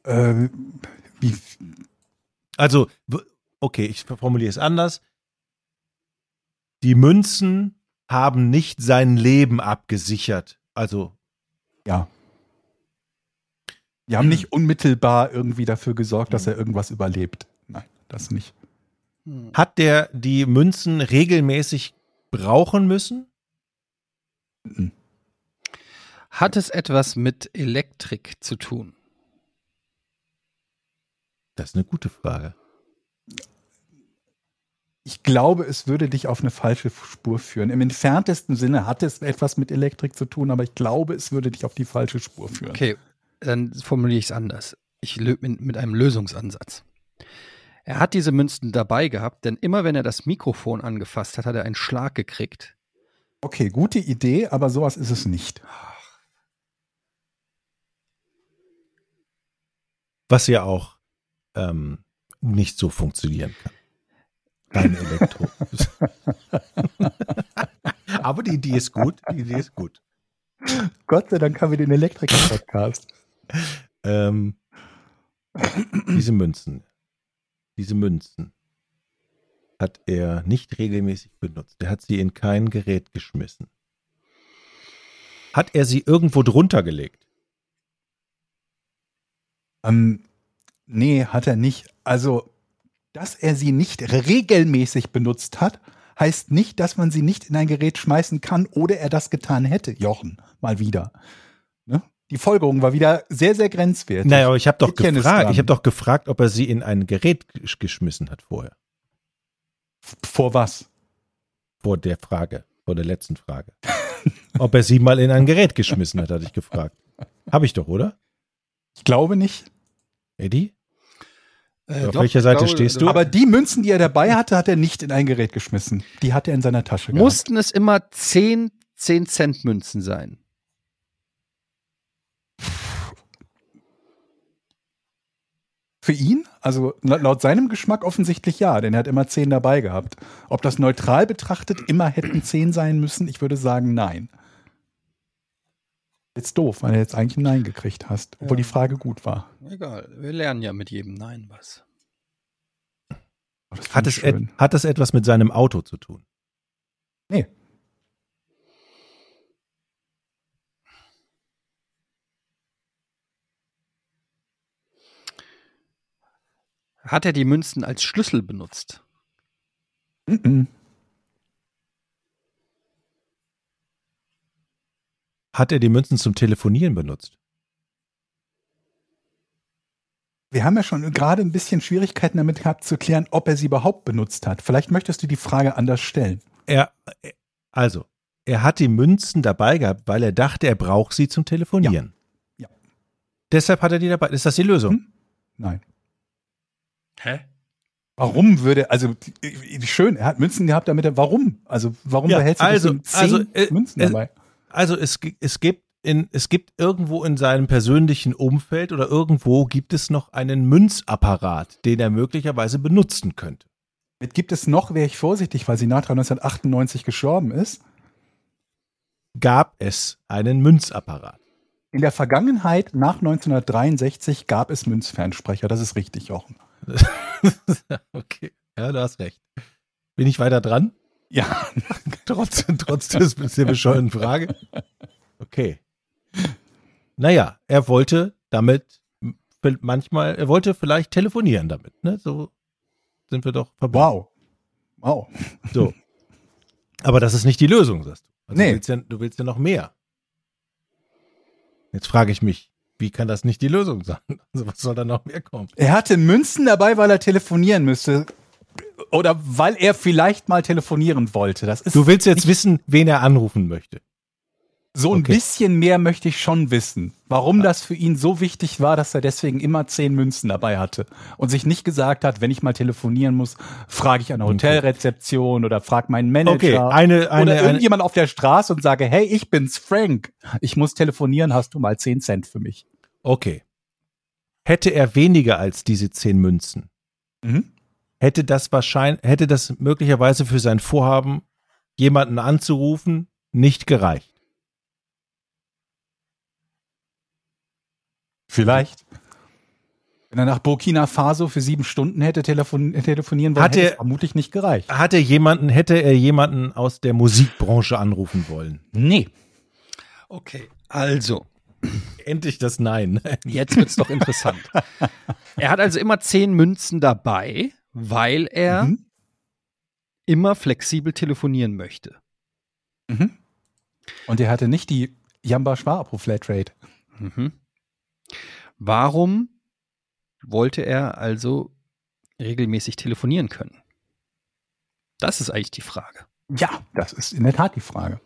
Äh, wie,
Also, w- okay, ich formuliere es anders. Die Münzen haben nicht sein Leben abgesichert. Also,
die haben nicht unmittelbar irgendwie dafür gesorgt, dass er irgendwas überlebt. Nein, das nicht.
Hm.
hat der die Münzen regelmäßig brauchen müssen?
Hat es etwas mit Elektrik zu tun?
Das ist eine gute Frage.
Ich glaube, es würde dich auf eine falsche Spur führen. Im entferntesten Sinne hat es etwas mit Elektrik zu tun, aber ich glaube, es würde dich auf die falsche Spur führen.
Okay, dann formuliere ich es anders. Ich lö- mit, mit einem Lösungsansatz. Er hat diese Münzen dabei gehabt, denn immer wenn er das Mikrofon angefasst hat, hat er einen Schlag gekriegt.
Okay, gute Idee, aber sowas ist es nicht.
Was ja auch ähm, nicht so funktionieren kann. Beim Elektro. Aber die Idee ist gut. Die Idee ist gut.
Gott sei Dank haben wir den Elektriker-Podcast.
Ähm, diese Münzen. Diese Münzen hat er nicht regelmäßig benutzt. Er hat sie in kein Gerät geschmissen. Hat er sie irgendwo drunter gelegt?
Ähm, nee, hat er nicht. Also, dass er sie nicht regelmäßig benutzt hat, heißt nicht, dass man sie nicht in ein Gerät schmeißen kann oder er das getan hätte, Jochen, mal wieder. Ne? Die Folgerung war wieder sehr, sehr grenzwertig.
Naja, aber ich habe doch,
Etienne ist
gefragt-
dran.
ich hab doch gefragt, ob er sie in ein Gerät gesch- geschmissen hat vorher.
Vor was?
Vor der Frage, vor der letzten Frage. Ob er sie mal in ein Gerät geschmissen hat, hatte ich gefragt. Habe ich doch, oder?
Ich glaube nicht.
Eddie?
Äh,
Auf welcher Seite stehst du?
Aber die Münzen, die er dabei hatte, hat er nicht in ein Gerät geschmissen. Die hat er in seiner Tasche gehabt.
Mussten es immer 10, 10 Cent Münzen sein?
Für ihn? Also la- laut seinem Geschmack offensichtlich ja, denn er hat immer 10 dabei gehabt. Ob das neutral betrachtet immer hätten 10 sein müssen, ich würde sagen nein. Jetzt doof, weil du jetzt eigentlich ein Nein gekriegt hast,
Ja.
obwohl die Frage gut war.
Egal, wir lernen ja mit jedem Nein was.
Aber Oh, das
Hat
finde
es,
ich
et,
schön.
hat es etwas mit seinem Auto zu tun?
Nee.
Hat er die Münzen als Schlüssel benutzt?
Mm-mm.
Hat er die Münzen zum Telefonieren benutzt?
Wir haben ja schon gerade ein bisschen Schwierigkeiten damit gehabt zu klären, ob er sie überhaupt benutzt hat. Vielleicht möchtest du die Frage anders stellen.
Er, er- also, er hat die Münzen dabei gehabt, weil er dachte, er braucht sie zum Telefonieren.
Ja. Ja.
Deshalb hat er die dabei. Ist das die Lösung?
Hm? Nein.
Hä?
Warum würde, also äh, schön, er hat Münzen gehabt, damit er, warum? Also warum
Ja,
behält sich
also-
das
also,
zehn
äh,
Münzen
äh,
dabei?
Also es, gi- es gibt in, es gibt irgendwo in seinem persönlichen Umfeld oder irgendwo gibt es noch einen Münzapparat, den er möglicherweise benutzen könnte.
Mit gibt es noch, wäre ich vorsichtig, weil Sinatra 1998 gestorben ist.
Gab es einen Münzapparat?
In der Vergangenheit, nach 1963, gab es Münzfernsprecher. Das ist richtig, Jochen.
okay, ja, du hast recht. Bin ich weiter dran?
Ja,
Trotz, trotz des sehr bescheuerten Frage. Okay. Naja, er wollte damit m- manchmal, er wollte vielleicht telefonieren damit, ne? So sind wir doch verbunden.
wow. Wow.
So. Aber das ist nicht die Lösung, sagst du. Also
Nee.
du, willst ja, du willst ja noch mehr. Jetzt frage ich mich, wie kann das nicht die Lösung sein? Also was soll da noch mehr kommen?
Er hatte Münzen dabei, weil er telefonieren müsste. Oder weil er vielleicht mal telefonieren wollte. Das ist
Du willst jetzt wissen, wen er anrufen möchte.
so ein
okay.
bisschen mehr möchte ich schon wissen, warum das für ihn so wichtig war, dass er deswegen immer zehn Münzen dabei hatte und sich nicht gesagt hat, wenn ich mal telefonieren muss, frage ich an der Hotelrezeption oder frage meinen Manager.
Okay, eine, eine,
oder
eine,
irgendjemand auf der Straße und sage, hey, ich bin's, Frank. Ich muss telefonieren, hast du mal 10 Cent für mich? Mhm.
okay. Hätte er weniger als diese zehn Münzen, hätte das wahrscheinlich, hätte das möglicherweise für sein Vorhaben, jemanden anzurufen, nicht gereicht.
Vielleicht. Wenn er nach Burkina Faso für sieben Stunden hätte telefon telefonieren wollen,
Hat
hätte
er-
es vermutlich nicht gereicht.
Hat er jemanden, hätte er jemanden aus der Musikbranche anrufen wollen?
Nee.
Okay, also.
Endlich das Nein.
Jetzt wird's doch interessant. er hat also immer zehn Münzen dabei, weil er
Mhm.
immer flexibel telefonieren möchte.
Und er hatte nicht die Jamba Schwarapro Flatrate.
Mhm. Warum wollte er also regelmäßig telefonieren können? Das ist eigentlich die Frage.
Ja, das ist in der Tat die Frage.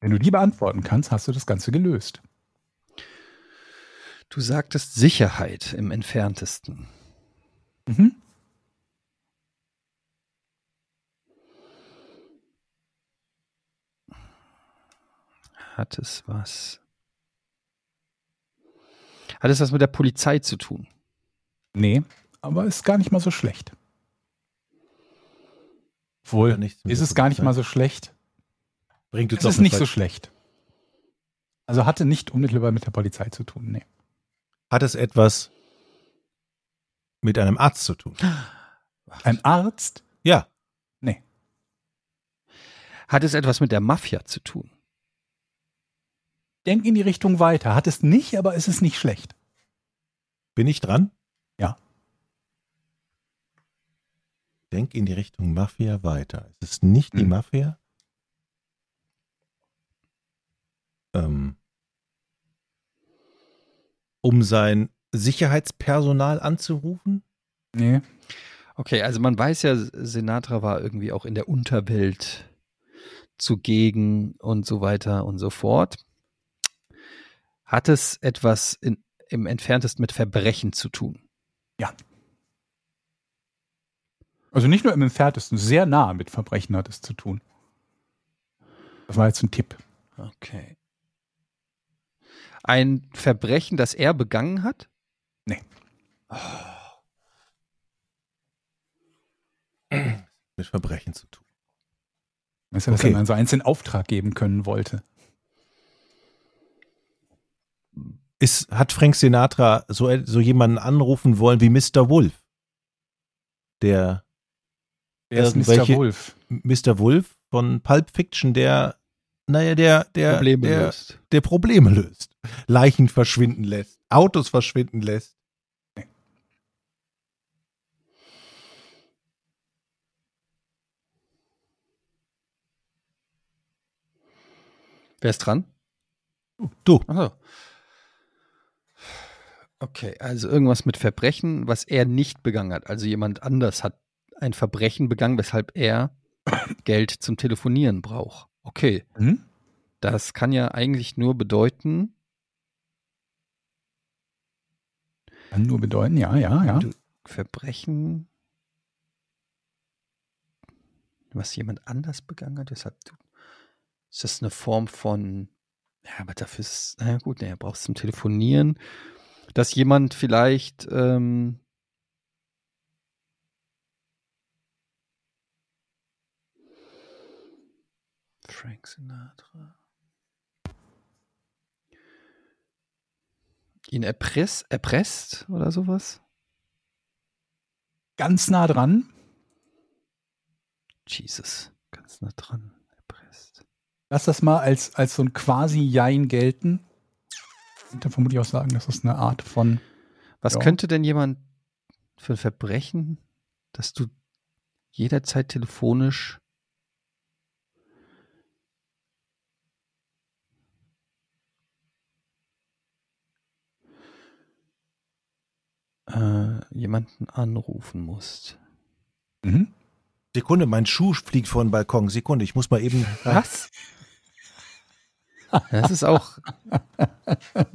Wenn du die beantworten kannst, hast du das Ganze gelöst.
Du sagtest Sicherheit im entferntesten.
Mhm.
Hat es was? Hat es was mit der Polizei zu tun?
Nee, aber ist gar nicht mal so schlecht. Wohl,
Nichts mit
ist
der
es gar nicht
Polizei.
mal so schlecht.
Bringt uns
Es
auf
ist
eine
nicht
Falsche-
so schlecht. Also hatte nicht unmittelbar mit der Polizei zu tun, nee.
Hat es etwas mit einem Arzt zu tun?
Ein Arzt?
Ja.
Hat es etwas mit der Mafia zu tun?
Denk in die Richtung weiter. Hat es nicht, aber es ist nicht schlecht.
Bin ich dran?
Ja.
Denk in die Richtung Mafia weiter. Es ist nicht die
Hm.
Mhm.
Mafia. Ähm, um sein Sicherheitspersonal anzurufen?
Nee.
Okay, also man weiß ja, Sinatra war irgendwie auch in der Unterwelt zugegen und so weiter und so fort. Hat es etwas in, im entferntesten mit Verbrechen zu tun?
Also nicht nur im Entferntesten, sehr nah mit Verbrechen hat es zu tun. Das war jetzt ein Tipp.
Okay. Ein Verbrechen, das er begangen hat?
Mit Verbrechen zu tun.
Weißt du, dass
Okay.
er dann so eins in Auftrag geben können wollte.
Ist, hat Frank Sinatra so, so jemanden anrufen wollen wie Mr. Wolf? Der
Er ist Mr.
Irgendwelche-
Wolf.
Mr. Wolf von Pulp Fiction, der, naja, der, der,
Probleme
der,
löst.
der Probleme löst. Leichen verschwinden lässt, Autos verschwinden lässt.
Wer ist dran?
Du,
Achso. Okay, also irgendwas mit Verbrechen, was er nicht begangen hat. Also jemand anders hat ein Verbrechen begangen, weshalb er Geld zum Telefonieren braucht. Okay,
Hm?
das kann ja eigentlich nur bedeuten,
Kann nur bedeuten, ja, ja, ja.
Du- Verbrechen, was jemand anders begangen hat. Weshalb du, ist das eine Form von, ja, aber dafür ist, na ja, gut, naja, brauchst du zum Telefonieren, dass jemand vielleicht, ähm, Frank Sinatra. Ihn erpress, erpresst oder sowas?
Ganz nah dran.
Jesus, ganz nah dran erpresst.
Lass das mal als, als so ein quasi Jein gelten. Und dann vermute ich auch sagen, das ist eine Art von.
Was
Ja.
könnte denn jemand für ein Verbrechen, dass du jederzeit telefonisch äh, jemanden anrufen musst?
Mhm. Sekunde, mein Schuh fliegt vor den Balkon. Sekunde, ich muss mal eben.
Was? Das ist auch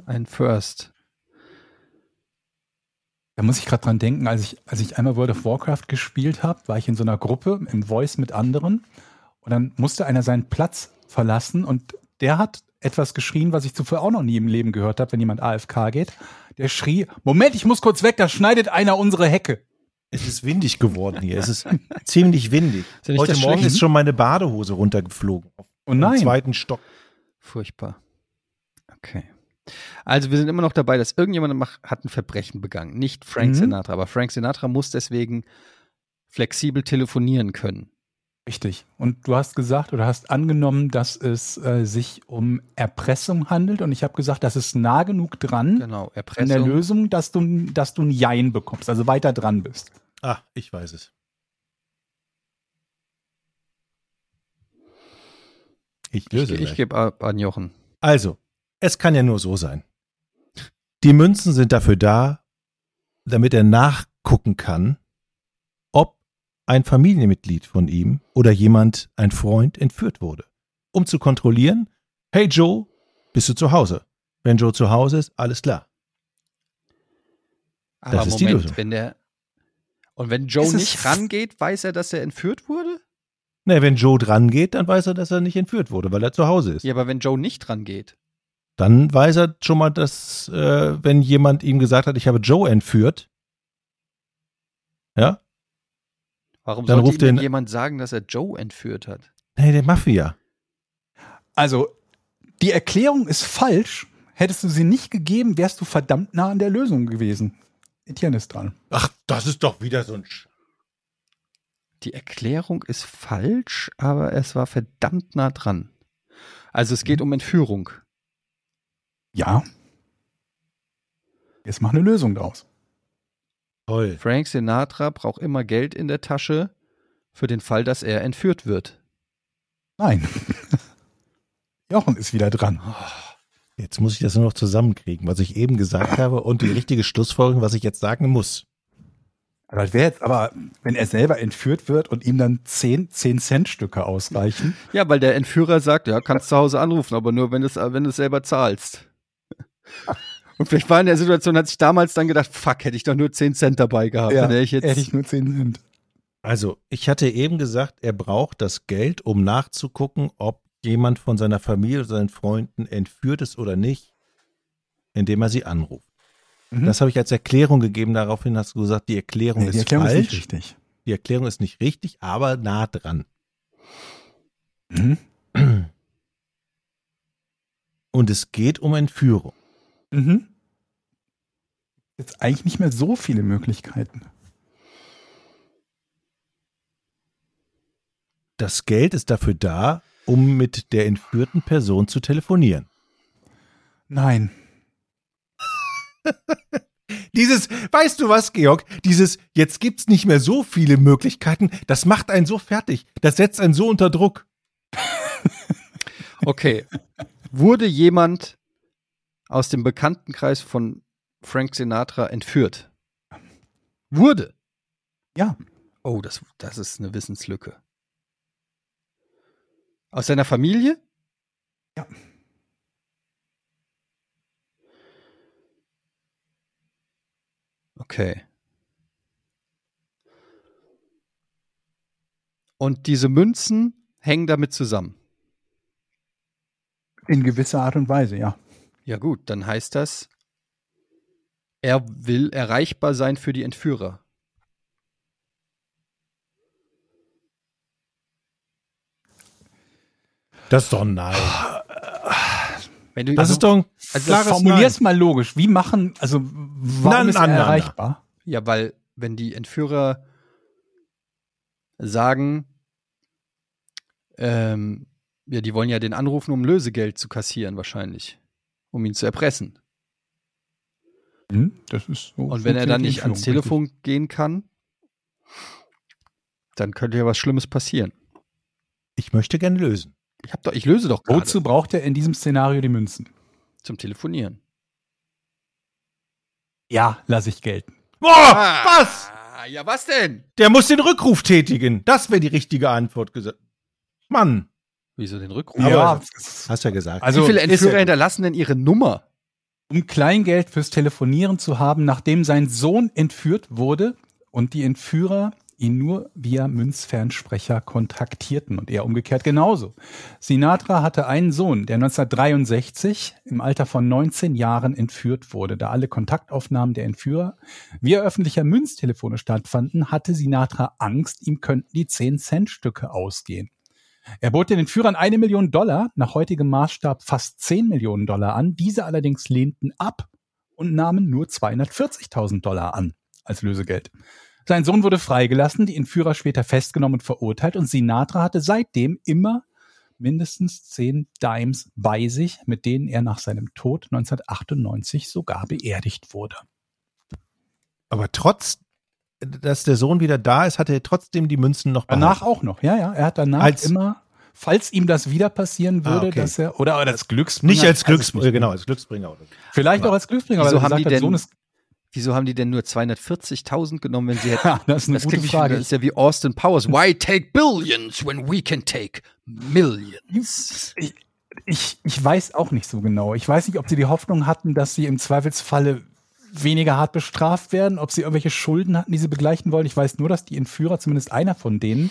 ein First.
Da muss ich gerade dran denken, als ich, als ich einmal World of Warcraft gespielt habe, war ich in so einer Gruppe im Voice mit anderen und dann musste einer seinen Platz verlassen und der hat etwas geschrien, was ich zuvor auch noch nie im Leben gehört habe, wenn jemand AFK geht. Der schrie, Moment, ich muss kurz weg, da schneidet einer unsere Hecke.
Es ist windig geworden hier. Es ist ziemlich windig.
Ist ja nicht
Heute
das
Morgen
Schlechte.
ist schon meine Badehose runtergeflogen.
Oh
Im
nein.
zweiten Stock.
Furchtbar. Okay. Also wir sind immer noch dabei, dass irgendjemand mach- hat ein Verbrechen begangen. Nicht Frank
Mhm.
Sinatra, aber Frank Sinatra muss deswegen flexibel telefonieren können.
Richtig. Und du hast gesagt oder hast angenommen, dass es äh, sich um Erpressung handelt. Und ich habe gesagt, das ist nah genug
Mhm.
dran
Genau,
an der
Erpressung.
Lösung, dass du, dass du ein Jein bekommst, also weiter dran bist.
Ah, ich weiß es. Ich
Ich,
löse
ich
gleich.
gebe ab an Jochen.
Also, es kann ja nur so sein. Die Münzen sind dafür da, damit er nachgucken kann, ob ein Familienmitglied von ihm oder jemand, ein Freund, entführt wurde. Um zu kontrollieren, hey Joe, bist du zu Hause? Wenn Joe zu Hause ist, alles klar.
Aber
Das ist die Lösung.
wenn der und wenn Joe
Es ist-
nicht rangeht, weiß er, dass er entführt wurde?
Ne, wenn Joe dran geht, dann weiß er, dass er nicht entführt wurde, weil er zu Hause ist.
Ja, aber wenn Joe nicht rangeht,
Dann weiß er schon mal, dass, äh, wenn jemand ihm gesagt hat, ich habe Joe entführt, ja,
warum
Dann
sollte ihm
ruft
denn
den-
jemand sagen, dass er Joe entführt hat?
nee, der Mafia.
Also, die Erklärung ist falsch. Hättest du sie nicht gegeben, wärst du verdammt nah an der Lösung gewesen. Etienne ist dran.
Ach, das ist doch wieder so ein. Sch
Die Erklärung ist falsch, aber es war verdammt nah dran. Also es
Mhm.
geht um Entführung.
Ja. Jetzt mach eine Lösung draus.
Toll.
Frank Sinatra braucht immer Geld in der Tasche für den Fall, dass er entführt wird.
Nein. Jochen ist wieder dran.
Jetzt muss ich das nur noch zusammenkriegen, was ich eben gesagt habe und die richtige Schlussfolgerung, was ich jetzt sagen muss.
Aber Also, Das wäre jetzt aber, wenn er selber entführt wird und ihm dann 10, 10 Cent Stücke ausreichen.
Ja, weil der Entführer sagt, ja, kannst zu Hause anrufen, aber nur, wenn du es wenn du's selber zahlst. Und vielleicht war in der Situation, hat sich damals dann gedacht, fuck, hätte ich doch nur 10 Cent dabei gehabt. dann hätte ich jetzt,
hätte ich nur 10 Cent.
Also, ich hatte eben gesagt, er braucht das Geld, um nachzugucken, ob jemand von seiner Familie oder seinen Freunden entführt ist oder nicht, indem er sie anruft.
Mhm.
Das habe ich als Erklärung gegeben. Daraufhin hast du gesagt, die Erklärung
Nee,
ist
die Erklärung ist
falsch.
nicht richtig.
die Erklärung ist nicht richtig, aber nah dran.
Mhm.
Und es geht um Entführung.
Mhm. Jetzt eigentlich nicht mehr so viele Möglichkeiten.
Das Geld ist dafür da, um mit der entführten Person zu telefonieren.
Nein.
Dieses, weißt du was, Georg? Dieses, jetzt gibt's nicht mehr so viele Möglichkeiten, das macht einen so fertig. Das setzt einen so unter Druck.
okay. Wurde jemand aus dem Bekanntenkreis von Frank Sinatra entführt? Wurde.
Ja.
Oh, das, das ist eine Wissenslücke. Aus seiner Familie?
Ja.
Okay. Und diese Münzen hängen damit zusammen.
In gewisser Art und Weise, ja.
Ja gut, dann heißt das, er will erreichbar sein für die Entführer.
Das ist doch ein Nein.
Wenn du,
Das ist doch ein
also
klares
Formulier's mal logisch. Wie machen, also warum
Nein,
ist er
nein, nein,
erreichbar?
Ja, weil wenn die Entführer sagen, ähm, ja, die wollen ja den anrufen, um Lösegeld zu kassieren wahrscheinlich, um ihn zu erpressen.
Hm, Das ist so
Und wenn er dann nicht ans
funktioniert die Entführung,
Telefon gehen kann, dann könnte ja was Schlimmes passieren.
Ich möchte gerne lösen.
Ich hab doch, ich löse doch
richtig.
gerade
Wozu braucht er in diesem Szenario die Münzen?
zum Telefonieren.
Ja, lasse ich gelten.
Boah, was?
Ah, ja, was denn?
Der muss den Rückruf tätigen. Das wäre die richtige Antwort gesagt. Mann,
Wieso den Rückruf?
Ja,
Aber
hast ja gesagt.
also
Wie viele
ist
Entführer
er-
hinterlassen denn ihre Nummer?
um Kleingeld fürs Telefonieren zu haben, nachdem sein Sohn entführt wurde und die Entführer ihn nur via Münzfernsprecher kontaktierten und er umgekehrt genauso. Sinatra hatte einen Sohn, der 1963 im Alter von 19 Jahren entführt wurde. Da alle Kontaktaufnahmen der Entführer via öffentlicher Münztelefone stattfanden, hatte Sinatra Angst, ihm könnten die 10-Cent-Stücke ausgehen. Er bot den Entführern eine Million Dollar, nach heutigem Maßstab fast 10 Millionen Dollar an. Diese allerdings lehnten ab und nahmen nur 240.000 Dollar an als Lösegeld. Sein Sohn wurde freigelassen, die Entführer später festgenommen und verurteilt und Sinatra hatte seitdem immer mindestens 10 Dimes bei sich, mit denen er nach seinem Tod 1998 sogar beerdigt wurde.
Aber trotz, dass der Sohn wieder da ist, hatte er trotzdem die Münzen noch
Danach
behalten.
auch noch, ja, ja. Er hat danach
Ah. Als-
immer, falls ihm das wieder passieren
Ah,
würde,
okay.
dass er, oder als Glücksbringer.
Nicht als
also ich weiß es
Glücksbringer, genau, als Glücksbringer. oder so.
nicht. Vielleicht auch als Glücksbringer,
Wieso
weil er
haben die
gesagt hat,
denn-
Sohn ist,
Wieso haben die denn nur 240.000 genommen, wenn sie hätten?
ja, das ist eine
das
gute
klingt-
Frage.
Das ist ja wie Austin Powers. Why take billions when we can take millions?
Ich, ich weiß auch nicht so genau. Ich weiß nicht, ob sie die Hoffnung hatten, dass sie im Zweifelsfalle weniger hart bestraft werden, ob sie irgendwelche Schulden hatten, die sie begleichen wollen. Ich weiß nur, dass die Entführer, zumindest einer von denen,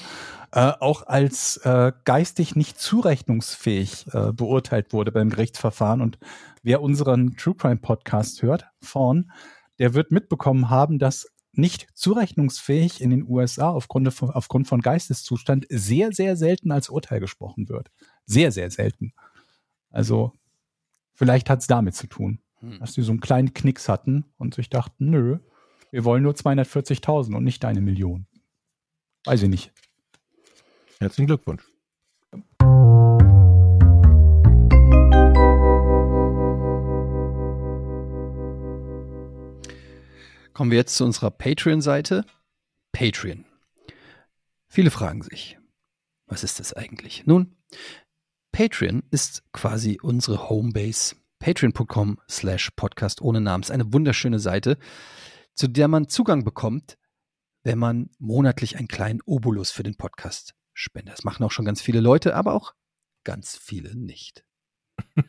äh, auch als äh, geistig nicht zurechnungsfähig äh, beurteilt wurde beim Gerichtsverfahren. Und wer unseren True Crime Podcast hört, vorn, der wird mitbekommen haben, dass nicht zurechnungsfähig in den USA aufgrund von, aufgrund von Geisteszustand sehr, sehr selten als Urteil gesprochen wird. Sehr, sehr selten. Also vielleicht hat es damit zu tun,
Hm.
dass sie so einen kleinen Knicks hatten und sich dachten, nö, wir wollen nur 240.000 und nicht eine Million. Weiß ich nicht.
Herzlichen Glückwunsch.
Kommen wir jetzt zu unserer Patreon-Seite. Patreon. Viele fragen sich, was ist das eigentlich? Nun, Patreon ist quasi unsere Homebase. Patreon.com slash Podcast ohne Namen ist eine wunderschöne Seite, zu der man Zugang bekommt, wenn man monatlich einen kleinen Obolus für den Podcast spendet. Das machen auch schon ganz viele Leute, aber auch ganz viele nicht. Ja,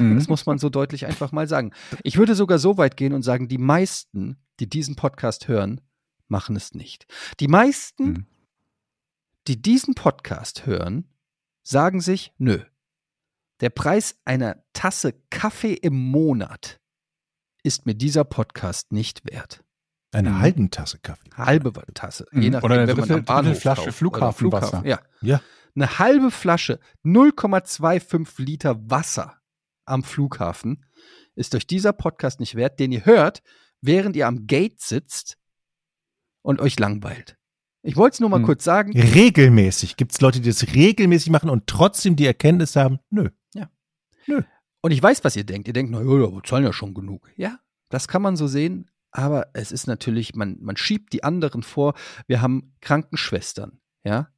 Mhm.
Das muss man so deutlich einfach mal sagen. Ich würde sogar so weit gehen und sagen, die meisten, die diesen Podcast hören, machen es nicht. Die meisten,
Mhm.
die diesen Podcast hören, sagen sich, nö, der Preis einer Tasse Kaffee im Monat ist mir dieser Podcast nicht wert.
Eine
Mhm.
halben Tasse Kaffee.
Halbe Tasse, je
Mhm.
nachdem,
Oder eine
wenn man
Drittel-
am Bahnhof
Drittelflasche
kauft.
Flughafenwasser.
Flughafen, Ja.
Ja.
Eine halbe Flasche, 0,25 Liter Wasser am Flughafen ist euch dieser Podcast nicht wert, den ihr hört, während ihr am Gate sitzt und euch langweilt. Ich wollte es nur mal
Mhm.
kurz sagen.
Regelmäßig gibt es Leute, die das regelmäßig machen und trotzdem die Erkenntnis haben, nö.
Und ich weiß, was ihr denkt. Ihr denkt, naja, wir zahlen ja schon genug. Ja, das kann man so sehen. Aber es ist natürlich, man, man schiebt die anderen vor. Wir haben Krankenschwestern, ja.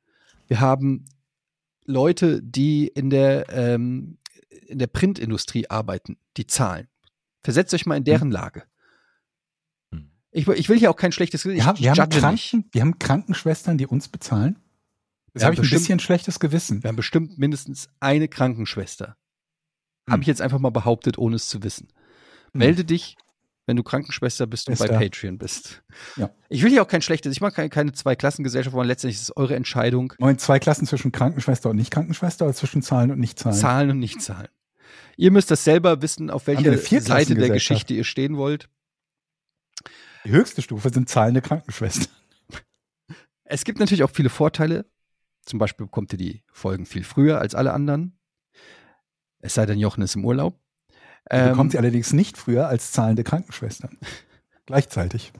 Wir haben Leute, die in der, ähm, in der Printindustrie arbeiten, die zahlen. Versetzt euch mal in deren Lage.
Hm.
Ich, will- ich will hier auch kein schlechtes Gewissen.
Wir haben,
ich
wir, haben
judge nicht.
Kranken, wir haben Krankenschwestern, die uns bezahlen. Jetzt
Ja,
habe ich ein
bestimmt.
bisschen schlechtes Gewissen.
Wir haben bestimmt mindestens eine Krankenschwester. Habe
Hm.
ich jetzt einfach mal behauptet, ohne es zu wissen.
Hm.
Melde dich, wenn du Krankenschwester bist und
Ist
bei
da.
Patreon bist.
Ja.
Ich will hier auch kein schlechtes, ich mache keine, keine Zweiklassengesellschaft, sondern letztendlich ist es eure Entscheidung,
Moment, zwei Klassen zwischen Krankenschwester und Nicht-Krankenschwester oder zwischen Zahlen und Nicht-Zahlen?
zahlen und nicht zahlen. Ihr müsst das selber wissen, auf
wir
welcher Seite
eine
der
Vierklassengesellschaft?
Geschichte ihr stehen wollt.
Die höchste Stufe sind zahlende Krankenschwestern.
Es gibt natürlich auch viele Vorteile. Zum Beispiel bekommt ihr die Folgen viel früher als alle anderen. Es sei denn, Jochen ist im Urlaub.
Die
Ähm,
bekommt sie allerdings nicht früher als zahlende Krankenschwestern. Gleichzeitig.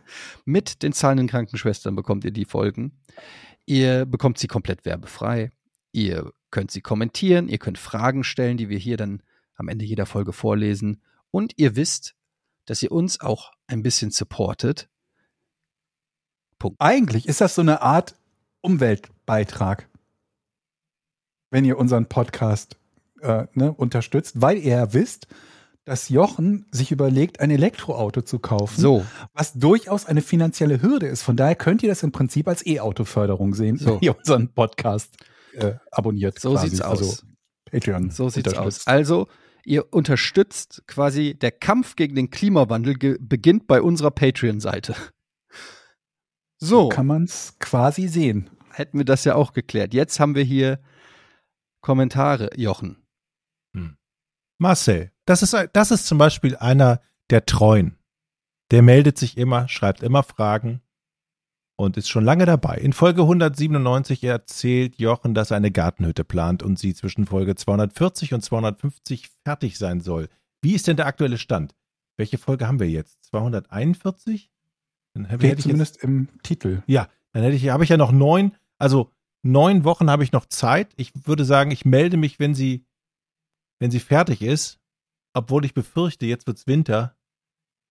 Mit den zahlenden Krankenschwestern bekommt ihr die Folgen. Ihr bekommt sie komplett werbefrei. Ihr könnt sie kommentieren. Ihr könnt Fragen stellen, die wir hier dann am Ende jeder Folge vorlesen. Und ihr wisst, dass ihr uns auch ein bisschen supportet.
Eigentlich ist das so eine Art Umweltbeitrag, wenn ihr unseren Podcast äh, ne, unterstützt, weil ihr ja wisst, dass Jochen sich überlegt, ein Elektroauto zu kaufen.
So,
was durchaus eine finanzielle Hürde ist. Von daher könnt ihr das im Prinzip als E-Auto-Förderung sehen,
So.
wenn ihr unseren Podcast äh, abonniert.
so sieht's aus.
Also Patreon.
so sieht's aus.
unterstützt.
Also, ihr unterstützt quasi der Kampf gegen den Klimawandel ge- beginnt bei unserer Patreon-Seite. So,
Kann man es quasi sehen.
hätten wir das ja auch geklärt. Jetzt haben wir hier Kommentare, Jochen.
Marcel, das ist, ein- das ist zum Beispiel einer der Treuen. Der meldet sich immer, schreibt immer Fragen und ist schon lange dabei. In Folge 197 erzählt Jochen, dass er eine Gartenhütte plant und sie zwischen Folge 240 und 250 fertig sein soll. Wie ist denn der aktuelle Stand? Welche Folge haben wir jetzt? 241? Dann hätte ich
Steht
jetzt-
zumindest im Titel.
ja, dann hätte ich, habe ich ja noch neun, also neun Wochen habe ich noch Zeit. Ich würde sagen, ich melde mich, wenn sie, wenn sie fertig ist, obwohl ich befürchte, jetzt wird's Winter,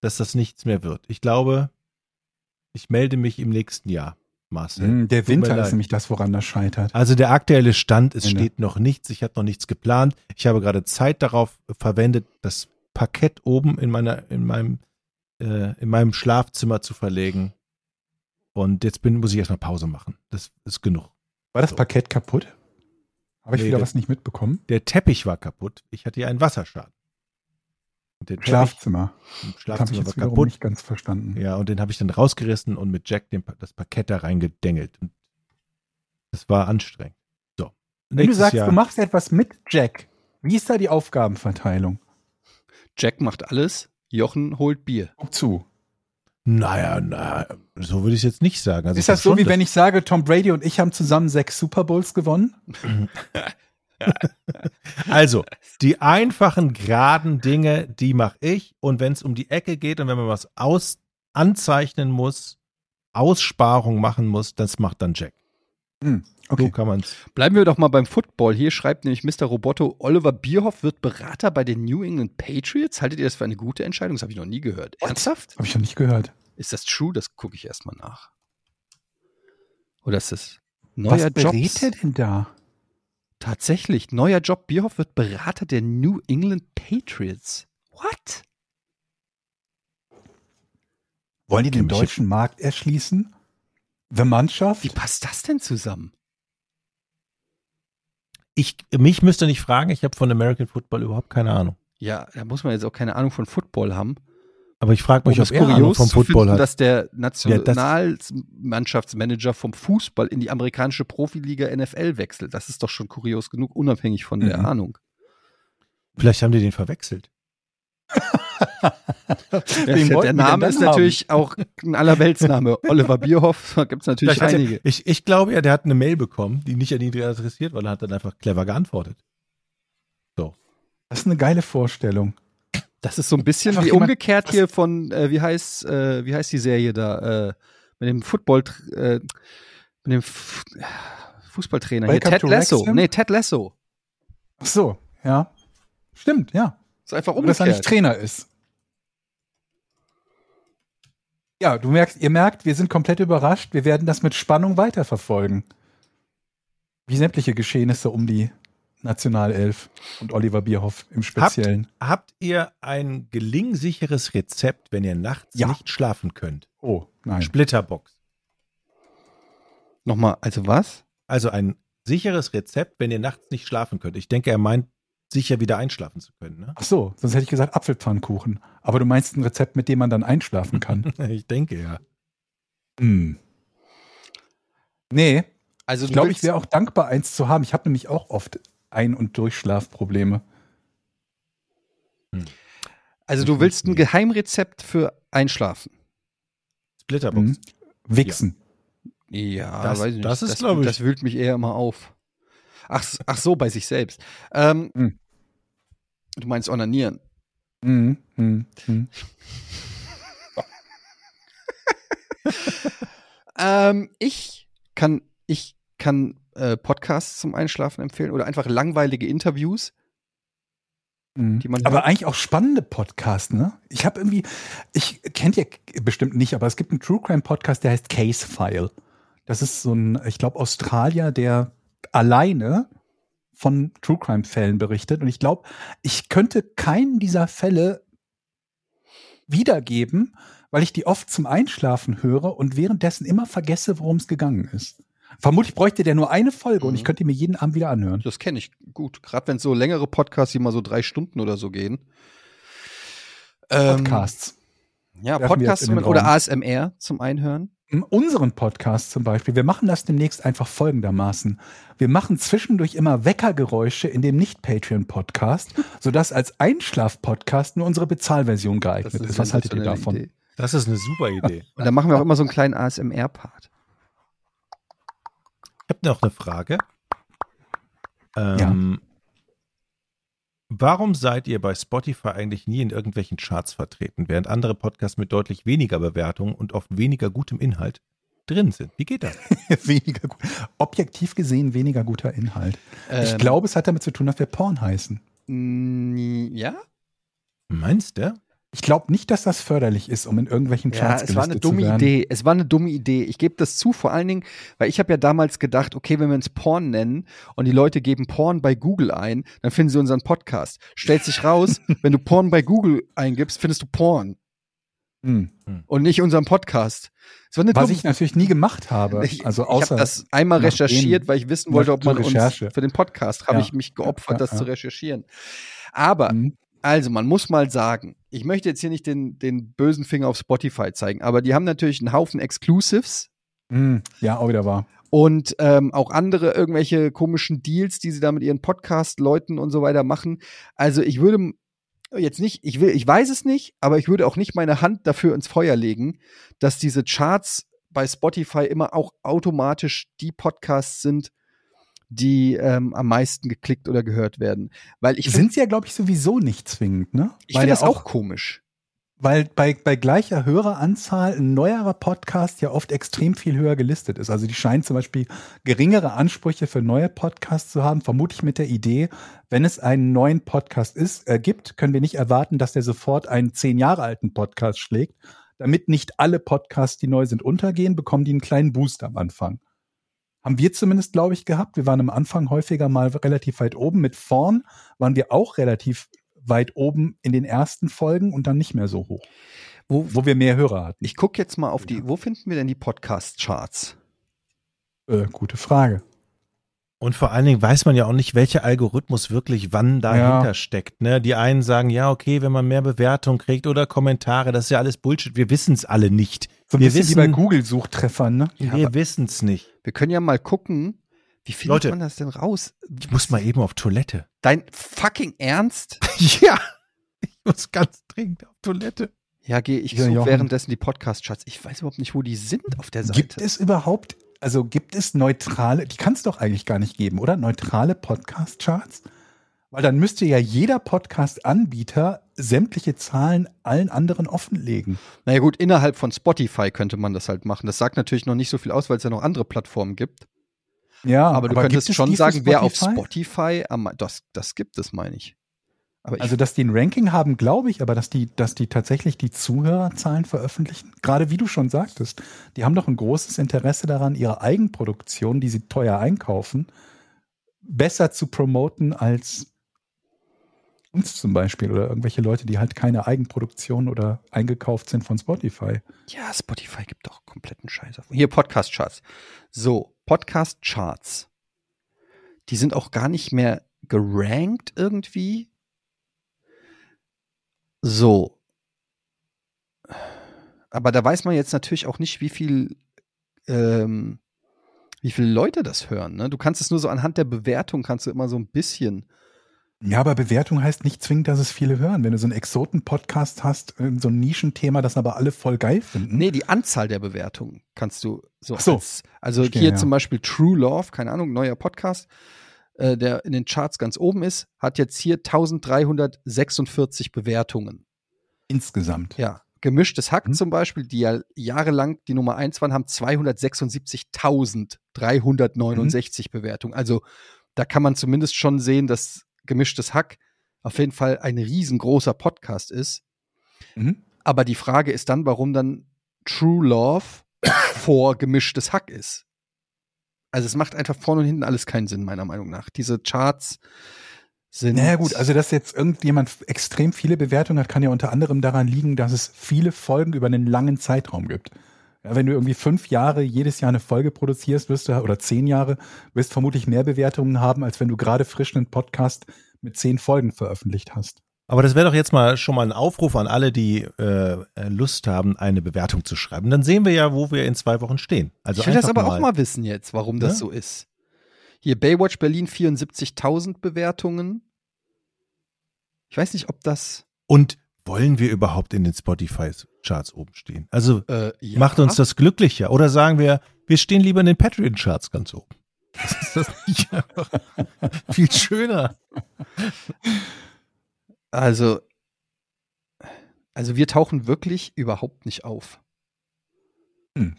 dass das nichts mehr wird. Ich glaube, ich melde mich im nächsten Jahr, Marcel.
Hm, der
Tut mir
Winter
leid.
ist nämlich das, woran das scheitert.
Also der aktuelle Stand, es
Ende.
steht noch nichts, ich habe noch nichts geplant. Ich habe gerade Zeit darauf verwendet, das Parkett oben in meiner, in meinem, äh, in meinem Schlafzimmer zu verlegen. Und jetzt bin, muss ich erstmal Pause machen. Das ist genug.
War das Parkett kaputt? Habe ich
Nee,
wieder
das-
was nicht mitbekommen?
Der Teppich war kaputt. Ich hatte ja einen Wasserschaden. Und der
Im Schlafzimmer.
Teppich im
Das habe ich
Schlafzimmer war
jetzt wiederum
kaputt.
nicht ganz verstanden.
Ja, und den habe ich dann rausgerissen und mit Jack den, Pa- das Parkett da reingedengelt. Und das war anstrengend. So.
Wenn du
Nächstes
sagst,
Jahr-
du machst etwas mit Jack, wie ist da die Aufgabenverteilung?
Jack macht alles, Jochen holt Bier.
Guck
Also
zu.
Naja, na, so würde ich es jetzt nicht sagen. Also
ist das
ich
so,
glaub
wie
schon,
wenn ich sage, Tom Brady und ich haben zusammen sechs Super Bowls gewonnen?
dass- Also, die einfachen, geraden Dinge, die mache ich. Und wenn es um die Ecke geht und wenn man was aus anzeichnen muss, Aussparung machen muss, das macht dann Jack. So
Hm, Okay.
kann man es.
Bleiben wir doch mal beim Football. Hier schreibt nämlich Mr. Roboto, Oliver Bierhoff wird Berater bei den New England Patriots. Haltet ihr das für eine gute Entscheidung? Das habe ich noch nie gehört. Ernsthaft?
Habe ich noch nicht gehört.
Ist das true? Das gucke ich erstmal nach. Oder ist das neuer
was
Job?
berät er denn da?
Tatsächlich, neuer Job. Bierhoff wird Berater der New England Patriots. What?
Wollen die
Kenn
den
mich
deutschen Markt erschließen? The Mannschaft?
Wie passt das denn zusammen?
Ich, mich müsst ihr nicht fragen, ich habe von American Football überhaupt keine Ahnung.
Ja, da muss man jetzt auch keine Ahnung von Football haben.
Aber ich frage
Um
mich, ob
es
er Ahnung vom
zu finden,
Football hat.
dass der
Ja, das-
Nationalmannschaftsmanager vom Fußball in die amerikanische Profiliga NFL wechselt. Das ist doch schon kurios genug, unabhängig von der
Mhm.
Ahnung.
Vielleicht haben die den verwechselt.
wollten wir
der
denn
Name
dann
ist
haben?
natürlich auch ein Allerweltsname. Oliver Bierhoff, da gibt es natürlich
Vielleicht hat
einige.
er, Also, ich, ich glaube ja, der hat eine Mail bekommen, die nicht an ihn adressiert, weil er hat dann einfach clever geantwortet.
Das ist eine geile Vorstellung.
Das ist so ein bisschen
Einfach
wie
jemand-
umgekehrt hier von, äh, wie heißt, äh, wie heißt die Serie da, äh, mit dem Football, äh, mit dem F Fußballtrainer hier,
Welcome
Ted
to
Lasso.
Wrexham?
Nee, Ted Lasso.
Ach so, ja. Stimmt, ja.
Ist einfach
Nur, Dass er nicht
umgekehrt.
Trainer ist. Ja, du merkst, ihr merkt, wir sind komplett überrascht. Wir werden das mit Spannung weiterverfolgen. Wie sämtliche Geschehnisse um die Nationalelf und Oliver Bierhoff im Speziellen.
Habt ihr ein gelingsicheres Rezept, wenn ihr nachts
Ja.
nicht schlafen könnt?
Oh, nein.
Splitterbox.
Nochmal, also was?
Also ein sicheres Rezept, wenn ihr nachts nicht schlafen könnt. Ich denke, er meint, sicher wieder einschlafen zu können. Ne?
Ach so, sonst hätte ich gesagt Apfelpfannkuchen. Aber du meinst ein Rezept, mit dem man dann einschlafen kann.
Ich denke, ja.
hm. Nee,
Also
Ich glaube, ich wäre auch dankbar, eins zu haben. Ich habe nämlich auch oft Ein- und Durchschlafprobleme.
also du willst ein Geheimrezept für Einschlafen.
Splitterbox.
Mhm. Wichsen.
Ja,
Das-
weiß ich nicht.
das ist, glaub ich-
Das wühlt mich eher immer auf. Ach, s- ach so, bei sich selbst. Ähm,
Hm.
Du meinst onanieren.
Mhm. Mhm. Mhm.
Ähm, ich kann, ich kann äh, Podcasts zum Einschlafen empfehlen oder einfach langweilige Interviews.
Mhm.
Die man
aber
hört.
eigentlich auch spannende Podcasts, ne? Ich habe irgendwie, ich kennt ihr bestimmt nicht, aber es gibt einen True Crime Podcast, der heißt Case File. Das ist so ein, ich glaube, Australier, der alleine von True Crime Fällen berichtet. Und ich glaube, ich könnte keinen dieser Fälle wiedergeben, weil ich die oft zum Einschlafen höre und währenddessen immer vergesse, worum es gegangen ist. Vermutlich bräuchte der nur eine Folge und
Mhm.
ich könnte die mir jeden Abend wieder anhören.
Das kenne ich gut. Gerade wenn so längere Podcasts, die mal so drei Stunden oder so gehen. Ähm,
Podcasts.
Ja, Ähm,
Werfen wir jetzt
Podcasts
in den
oder
Raum.
ASMR zum Einhören.
unseren Podcast zum Beispiel, wir machen das demnächst einfach folgendermaßen. Wir machen zwischendurch immer Weckergeräusche in dem Nicht-Patreon-Podcast, sodass als Einschlaf-Podcast nur unsere Bezahlversion geeignet ist. Was haltet ihr davon?
Idee.
Das ist eine super Idee.
Und dann machen wir auch immer so einen kleinen ASMR-Part.
Ich habe noch eine Frage. Ähm, Warum seid ihr bei Spotify eigentlich nie in irgendwelchen Charts vertreten, während andere Podcasts mit deutlich weniger Bewertungen und oft weniger gutem Inhalt drin sind? Wie geht das?
weniger gut. Objektiv gesehen weniger guter Inhalt. ich
Ähm,
glaube, es hat damit zu tun, dass wir Porn heißen.
mm, Ja?
Meinst du?
Ich glaube nicht, dass das förderlich ist, um in irgendwelchen
Ja,
Charts
es war eine
gelistet zu
dumme
werden.
Idee. Es war eine dumme Idee. Ich gebe das zu, vor allen Dingen, weil ich habe ja damals gedacht, okay, wenn wir uns Porn nennen und die Leute geben Porn bei Google ein, dann finden sie unseren Podcast. Stellt sich raus, wenn du Porn bei Google eingibst, findest du Porn
Hm.
und nicht unseren Podcast. Es war eine
Was
dumme
ich natürlich nie gemacht habe.
Ich,
also
ich
außer
habe das einmal
nachdem-
recherchiert, weil ich wissen wollte, ob man
Nach-
uns
zur Recherche.
für den Podcast habe
Ja.
ich mich geopfert,
Ja,
das
ja.
zu recherchieren. Aber
Mhm.
also, man muss mal sagen, ich möchte jetzt hier nicht den, den bösen Finger auf Spotify zeigen, aber die haben natürlich einen Haufen Exclusives
Hm. ja auch wieder wahr.
und ähm, auch andere irgendwelche komischen Deals, die sie da mit ihren Podcast-Leuten und so weiter machen. Also, ich würde m- jetzt nicht, ich will, ich weiß es nicht, aber ich würde auch nicht meine Hand dafür ins Feuer legen, dass diese Charts bei Spotify immer auch automatisch die Podcasts sind, die ähm, am meisten geklickt oder gehört werden. Weil ich
Sind sie ja, glaube ich, sowieso nicht zwingend, ne?
ich finde
ja
das auch komisch.
Weil bei, bei gleicher Höreranzahl ein neuerer Podcast ja oft extrem viel höher gelistet ist. Also die scheinen zum Beispiel geringere Ansprüche für neue Podcasts zu haben, vermutlich mit der Idee, wenn es einen neuen Podcast ist, äh, gibt, können wir nicht erwarten, dass der sofort einen zehn Jahre alten Podcast schlägt. Damit nicht alle Podcasts, die neu sind, untergehen, bekommen die einen kleinen Boost am Anfang. Haben wir zumindest, glaube ich, gehabt. Wir waren am Anfang häufiger mal relativ weit oben. Mit vorn waren wir auch relativ weit oben in den ersten Folgen und dann nicht mehr so hoch,
Wo,
wo wir mehr Hörer hatten.
Ich gucke jetzt mal auf die, wo finden wir denn die Podcast-Charts?
Äh, gute Frage.
Und vor allen Dingen weiß man ja auch nicht, welcher Algorithmus wirklich wann dahinter
Ja.
steckt. Ne? Die einen sagen, ja, okay, wenn man mehr Bewertungen kriegt oder Kommentare, das ist ja alles Bullshit. Wir wissen es alle nicht.
So ein
wir
bisschen wie
wissen,
bei Google-Suchtreffern, ne?
wir wissen es nicht.
Wir können ja mal gucken, wie findet
Leute.
man das denn raus?
Ich muss mal eben auf Toilette.
Dein fucking Ernst?
Ja, ich muss ganz dringend auf Toilette.
Ja, geh, ich
Ja,
suche
Jochen.
währenddessen die Podcast-Charts. Ich weiß überhaupt nicht, wo die sind auf der Seite.
Gibt es überhaupt, also gibt es neutrale, die kann es doch eigentlich gar nicht geben, oder? Neutrale Podcast-Charts? Weil dann müsste ja jeder Podcast-Anbieter sämtliche Zahlen allen anderen offenlegen.
Naja gut, innerhalb von Spotify könnte man das halt machen. Das sagt natürlich noch nicht so viel aus, weil es ja noch andere Plattformen gibt.
Ja,
Aber du könntest
Ah, gibt es
schon
die für
sagen, wer auf
Spotify?
Spotify am mei- das, das gibt es, meine ich. Aber ich,
Also, dass die ein Ranking haben, glaube ich, aber dass die, dass die tatsächlich die Zuhörerzahlen veröffentlichen, gerade wie du schon sagtest, die haben doch ein großes Interesse daran, ihre Eigenproduktion, die sie teuer einkaufen, besser zu promoten als uns zum Beispiel oder irgendwelche Leute, die halt keine Eigenproduktion oder eingekauft sind von Spotify.
ja, Spotify gibt doch kompletten Scheiß auf. Hier Podcast-Charts. So, Podcast-Charts. Die sind auch gar nicht mehr gerankt irgendwie. So. Aber da weiß man jetzt natürlich auch nicht, wie viel, ähm, wie viele Leute das hören. Ne? Du kannst es nur so anhand der Bewertung kannst du immer so ein bisschen.
Ja, aber Bewertung heißt nicht zwingend, dass es viele hören. Wenn du so einen Exoten-Podcast hast, irgend so ein Nischenthema, das aber alle voll geil finden.
Nee, die Anzahl der Bewertungen kannst du so.
Ach so.
Als, also
Verstehe,
hier
ja.
zum Beispiel True Love, keine Ahnung, neuer Podcast, äh, der in den Charts ganz oben ist, hat jetzt hier 1346 Bewertungen.
Insgesamt.
Ja. Gemischtes Hack
Mhm.
zum Beispiel, die ja jahrelang die Nummer 1 waren, haben
Mhm.
276.369 Bewertungen. Also da kann man zumindest schon sehen, dass gemischtes Hack auf jeden Fall ein riesengroßer Podcast ist.
Mhm.
Aber die Frage ist dann, warum dann True Love vor gemischtes Hack ist. Also es macht einfach vorne und hinten alles keinen Sinn, meiner Meinung nach. Diese Charts sind.
Naja gut, also dass jetzt irgendjemand f- extrem viele Bewertungen hat, kann ja unter anderem daran liegen, dass es viele Folgen über einen langen Zeitraum gibt. Ja, wenn du irgendwie fünf Jahre jedes Jahr eine Folge produzierst, wirst du, oder zehn Jahre, wirst vermutlich mehr Bewertungen haben, als wenn du gerade frisch einen Podcast mit zehn Folgen veröffentlicht hast.
Aber das wäre doch jetzt mal schon mal ein Aufruf an alle, die äh, Lust haben, eine Bewertung zu schreiben. Dann sehen wir ja, wo wir in zwei Wochen stehen. Also
ich will das
einfach
aber auch mal wissen jetzt, warum
Ja.
das so ist. Hier Baywatch Berlin 74.000 Bewertungen. Ich weiß nicht, ob das.
Und wollen wir überhaupt in den Spotify-Charts oben stehen? Also
Äh, ja.
macht uns das glücklicher. Oder sagen wir, wir stehen lieber in den Patreon-Charts ganz oben. Das ist das nicht einfach viel schöner.
Also, also wir tauchen wirklich überhaupt nicht auf.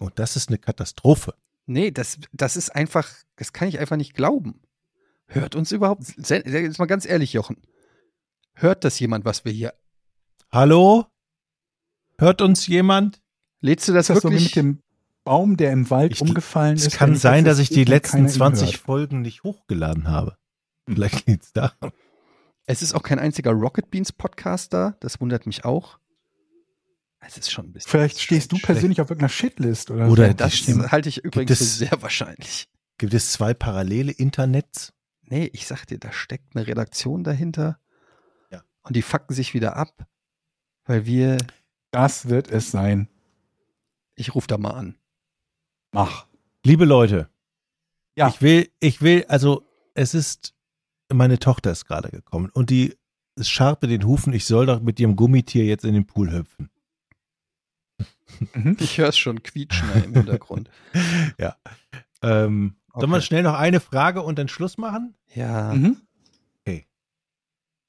Und das ist eine Katastrophe.
Nee, das, das ist einfach, das kann ich einfach nicht glauben. Hört uns überhaupt, se- se- jetzt mal ganz ehrlich, Jochen. Hört das jemand, was wir hier,
Hallo? Hört uns jemand?
lädst du das,
Ist das so wie
wirklich?
mit dem Baum, der im Wald
Ich-
umgefallen ist?
Es kann
wenn
sein,
jetzt
dass ich
das
die
Lied und keiner
letzten
ihn
20
hört? Hm.
Folgen nicht hochgeladen habe. Vielleicht liegt's da.
es ist auch kein einziger Rocket Beans Podcast da, das wundert mich auch. Es ist schon ein bisschen.
Vielleicht stehst du
strange.
persönlich auf irgendeiner Shitlist oder,
Oder
so.
Das
Stimmt.
halte ich übrigens für
es-
sehr wahrscheinlich.
Gibt es zwei parallele Internets?
Nee, ich sag dir, da steckt eine Redaktion dahinter.
Ja.
Und die fucken sich wieder ab, weil wir,
Das wird es sein.
ich rufe da mal an.
Mach.
Liebe Leute,
Ja.
ich will, ich will, also es ist, meine Tochter ist gerade gekommen und die scharrte den Hufen, ich soll doch mit ihrem Gummitier jetzt in den Pool hüpfen.
Ich höre es schon quietschen im Hintergrund.
Ähm, Sollen wir
Okay.
schnell noch eine Frage und dann Schluss machen? Ah.
Ja,
Mhm.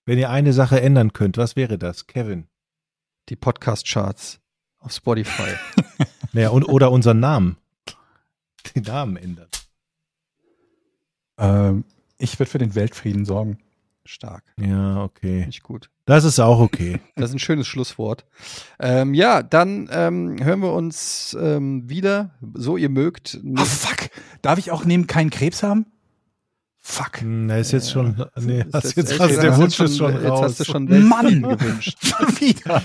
Wenn ihr eine Sache ändern könnt, was wäre das, Kevin?
die Podcast-Charts auf Spotify.
Naja, und, oder unseren Namen. Den Namen ändern.
Ähm, ich werde für den Weltfrieden sorgen.
Stark,
Ja, okay.
nicht gut.
Das ist auch okay.
Das ist ein schönes Schlusswort. Ähm, ja, dann ähm, hören wir uns ähm, wieder, so ihr mögt.
Ah, fuck. Darf ich auch neben keinen Krebs haben? Fuck.
Hm, Da ist jetzt schon, nee,
Ist
hast
das
jetzt
echt?
hast
Jetzt
der
hast du
Wunsch ist schon
Jetzt hast
raus.
du schon Weltfrieden
Mann!
gewünscht.
Schon wieder.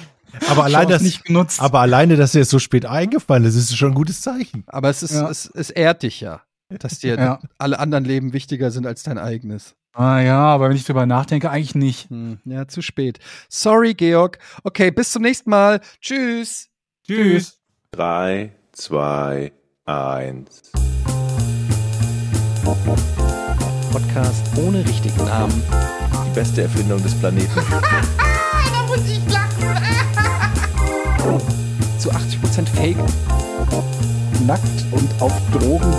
Aber allein,
Chance
dass,
nicht genutzt.
aber alleine, dass dir das so spät eingefallen ist, ist schon ein gutes Zeichen.
Aber es ist,
Ja.
es, es ehrt dich ja, dass dir
Ja.
alle anderen Leben wichtiger sind als dein eigenes.
ah ja, aber wenn ich drüber nachdenke, eigentlich nicht.
Hm, ja, zu spät. Sorry, Georg. Okay, bis zum nächsten Mal. Tschüss.
Tschüss.
Drei, zwei, eins.
Podcast ohne richtigen Namen.
Die beste Erfindung des Planeten.
da muss ich lachen.
Zu 80% Fake.
Nackt und auf Drogen.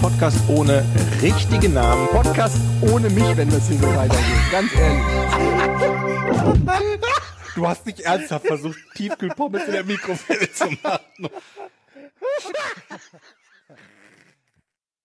Podcast ohne richtigen Namen.
Podcast ohne mich, wenn das hier so weitergeht. Ganz ehrlich.
Du hast nicht ernsthaft versucht, Tiefkühlpommes in der Mikrofile zu machen.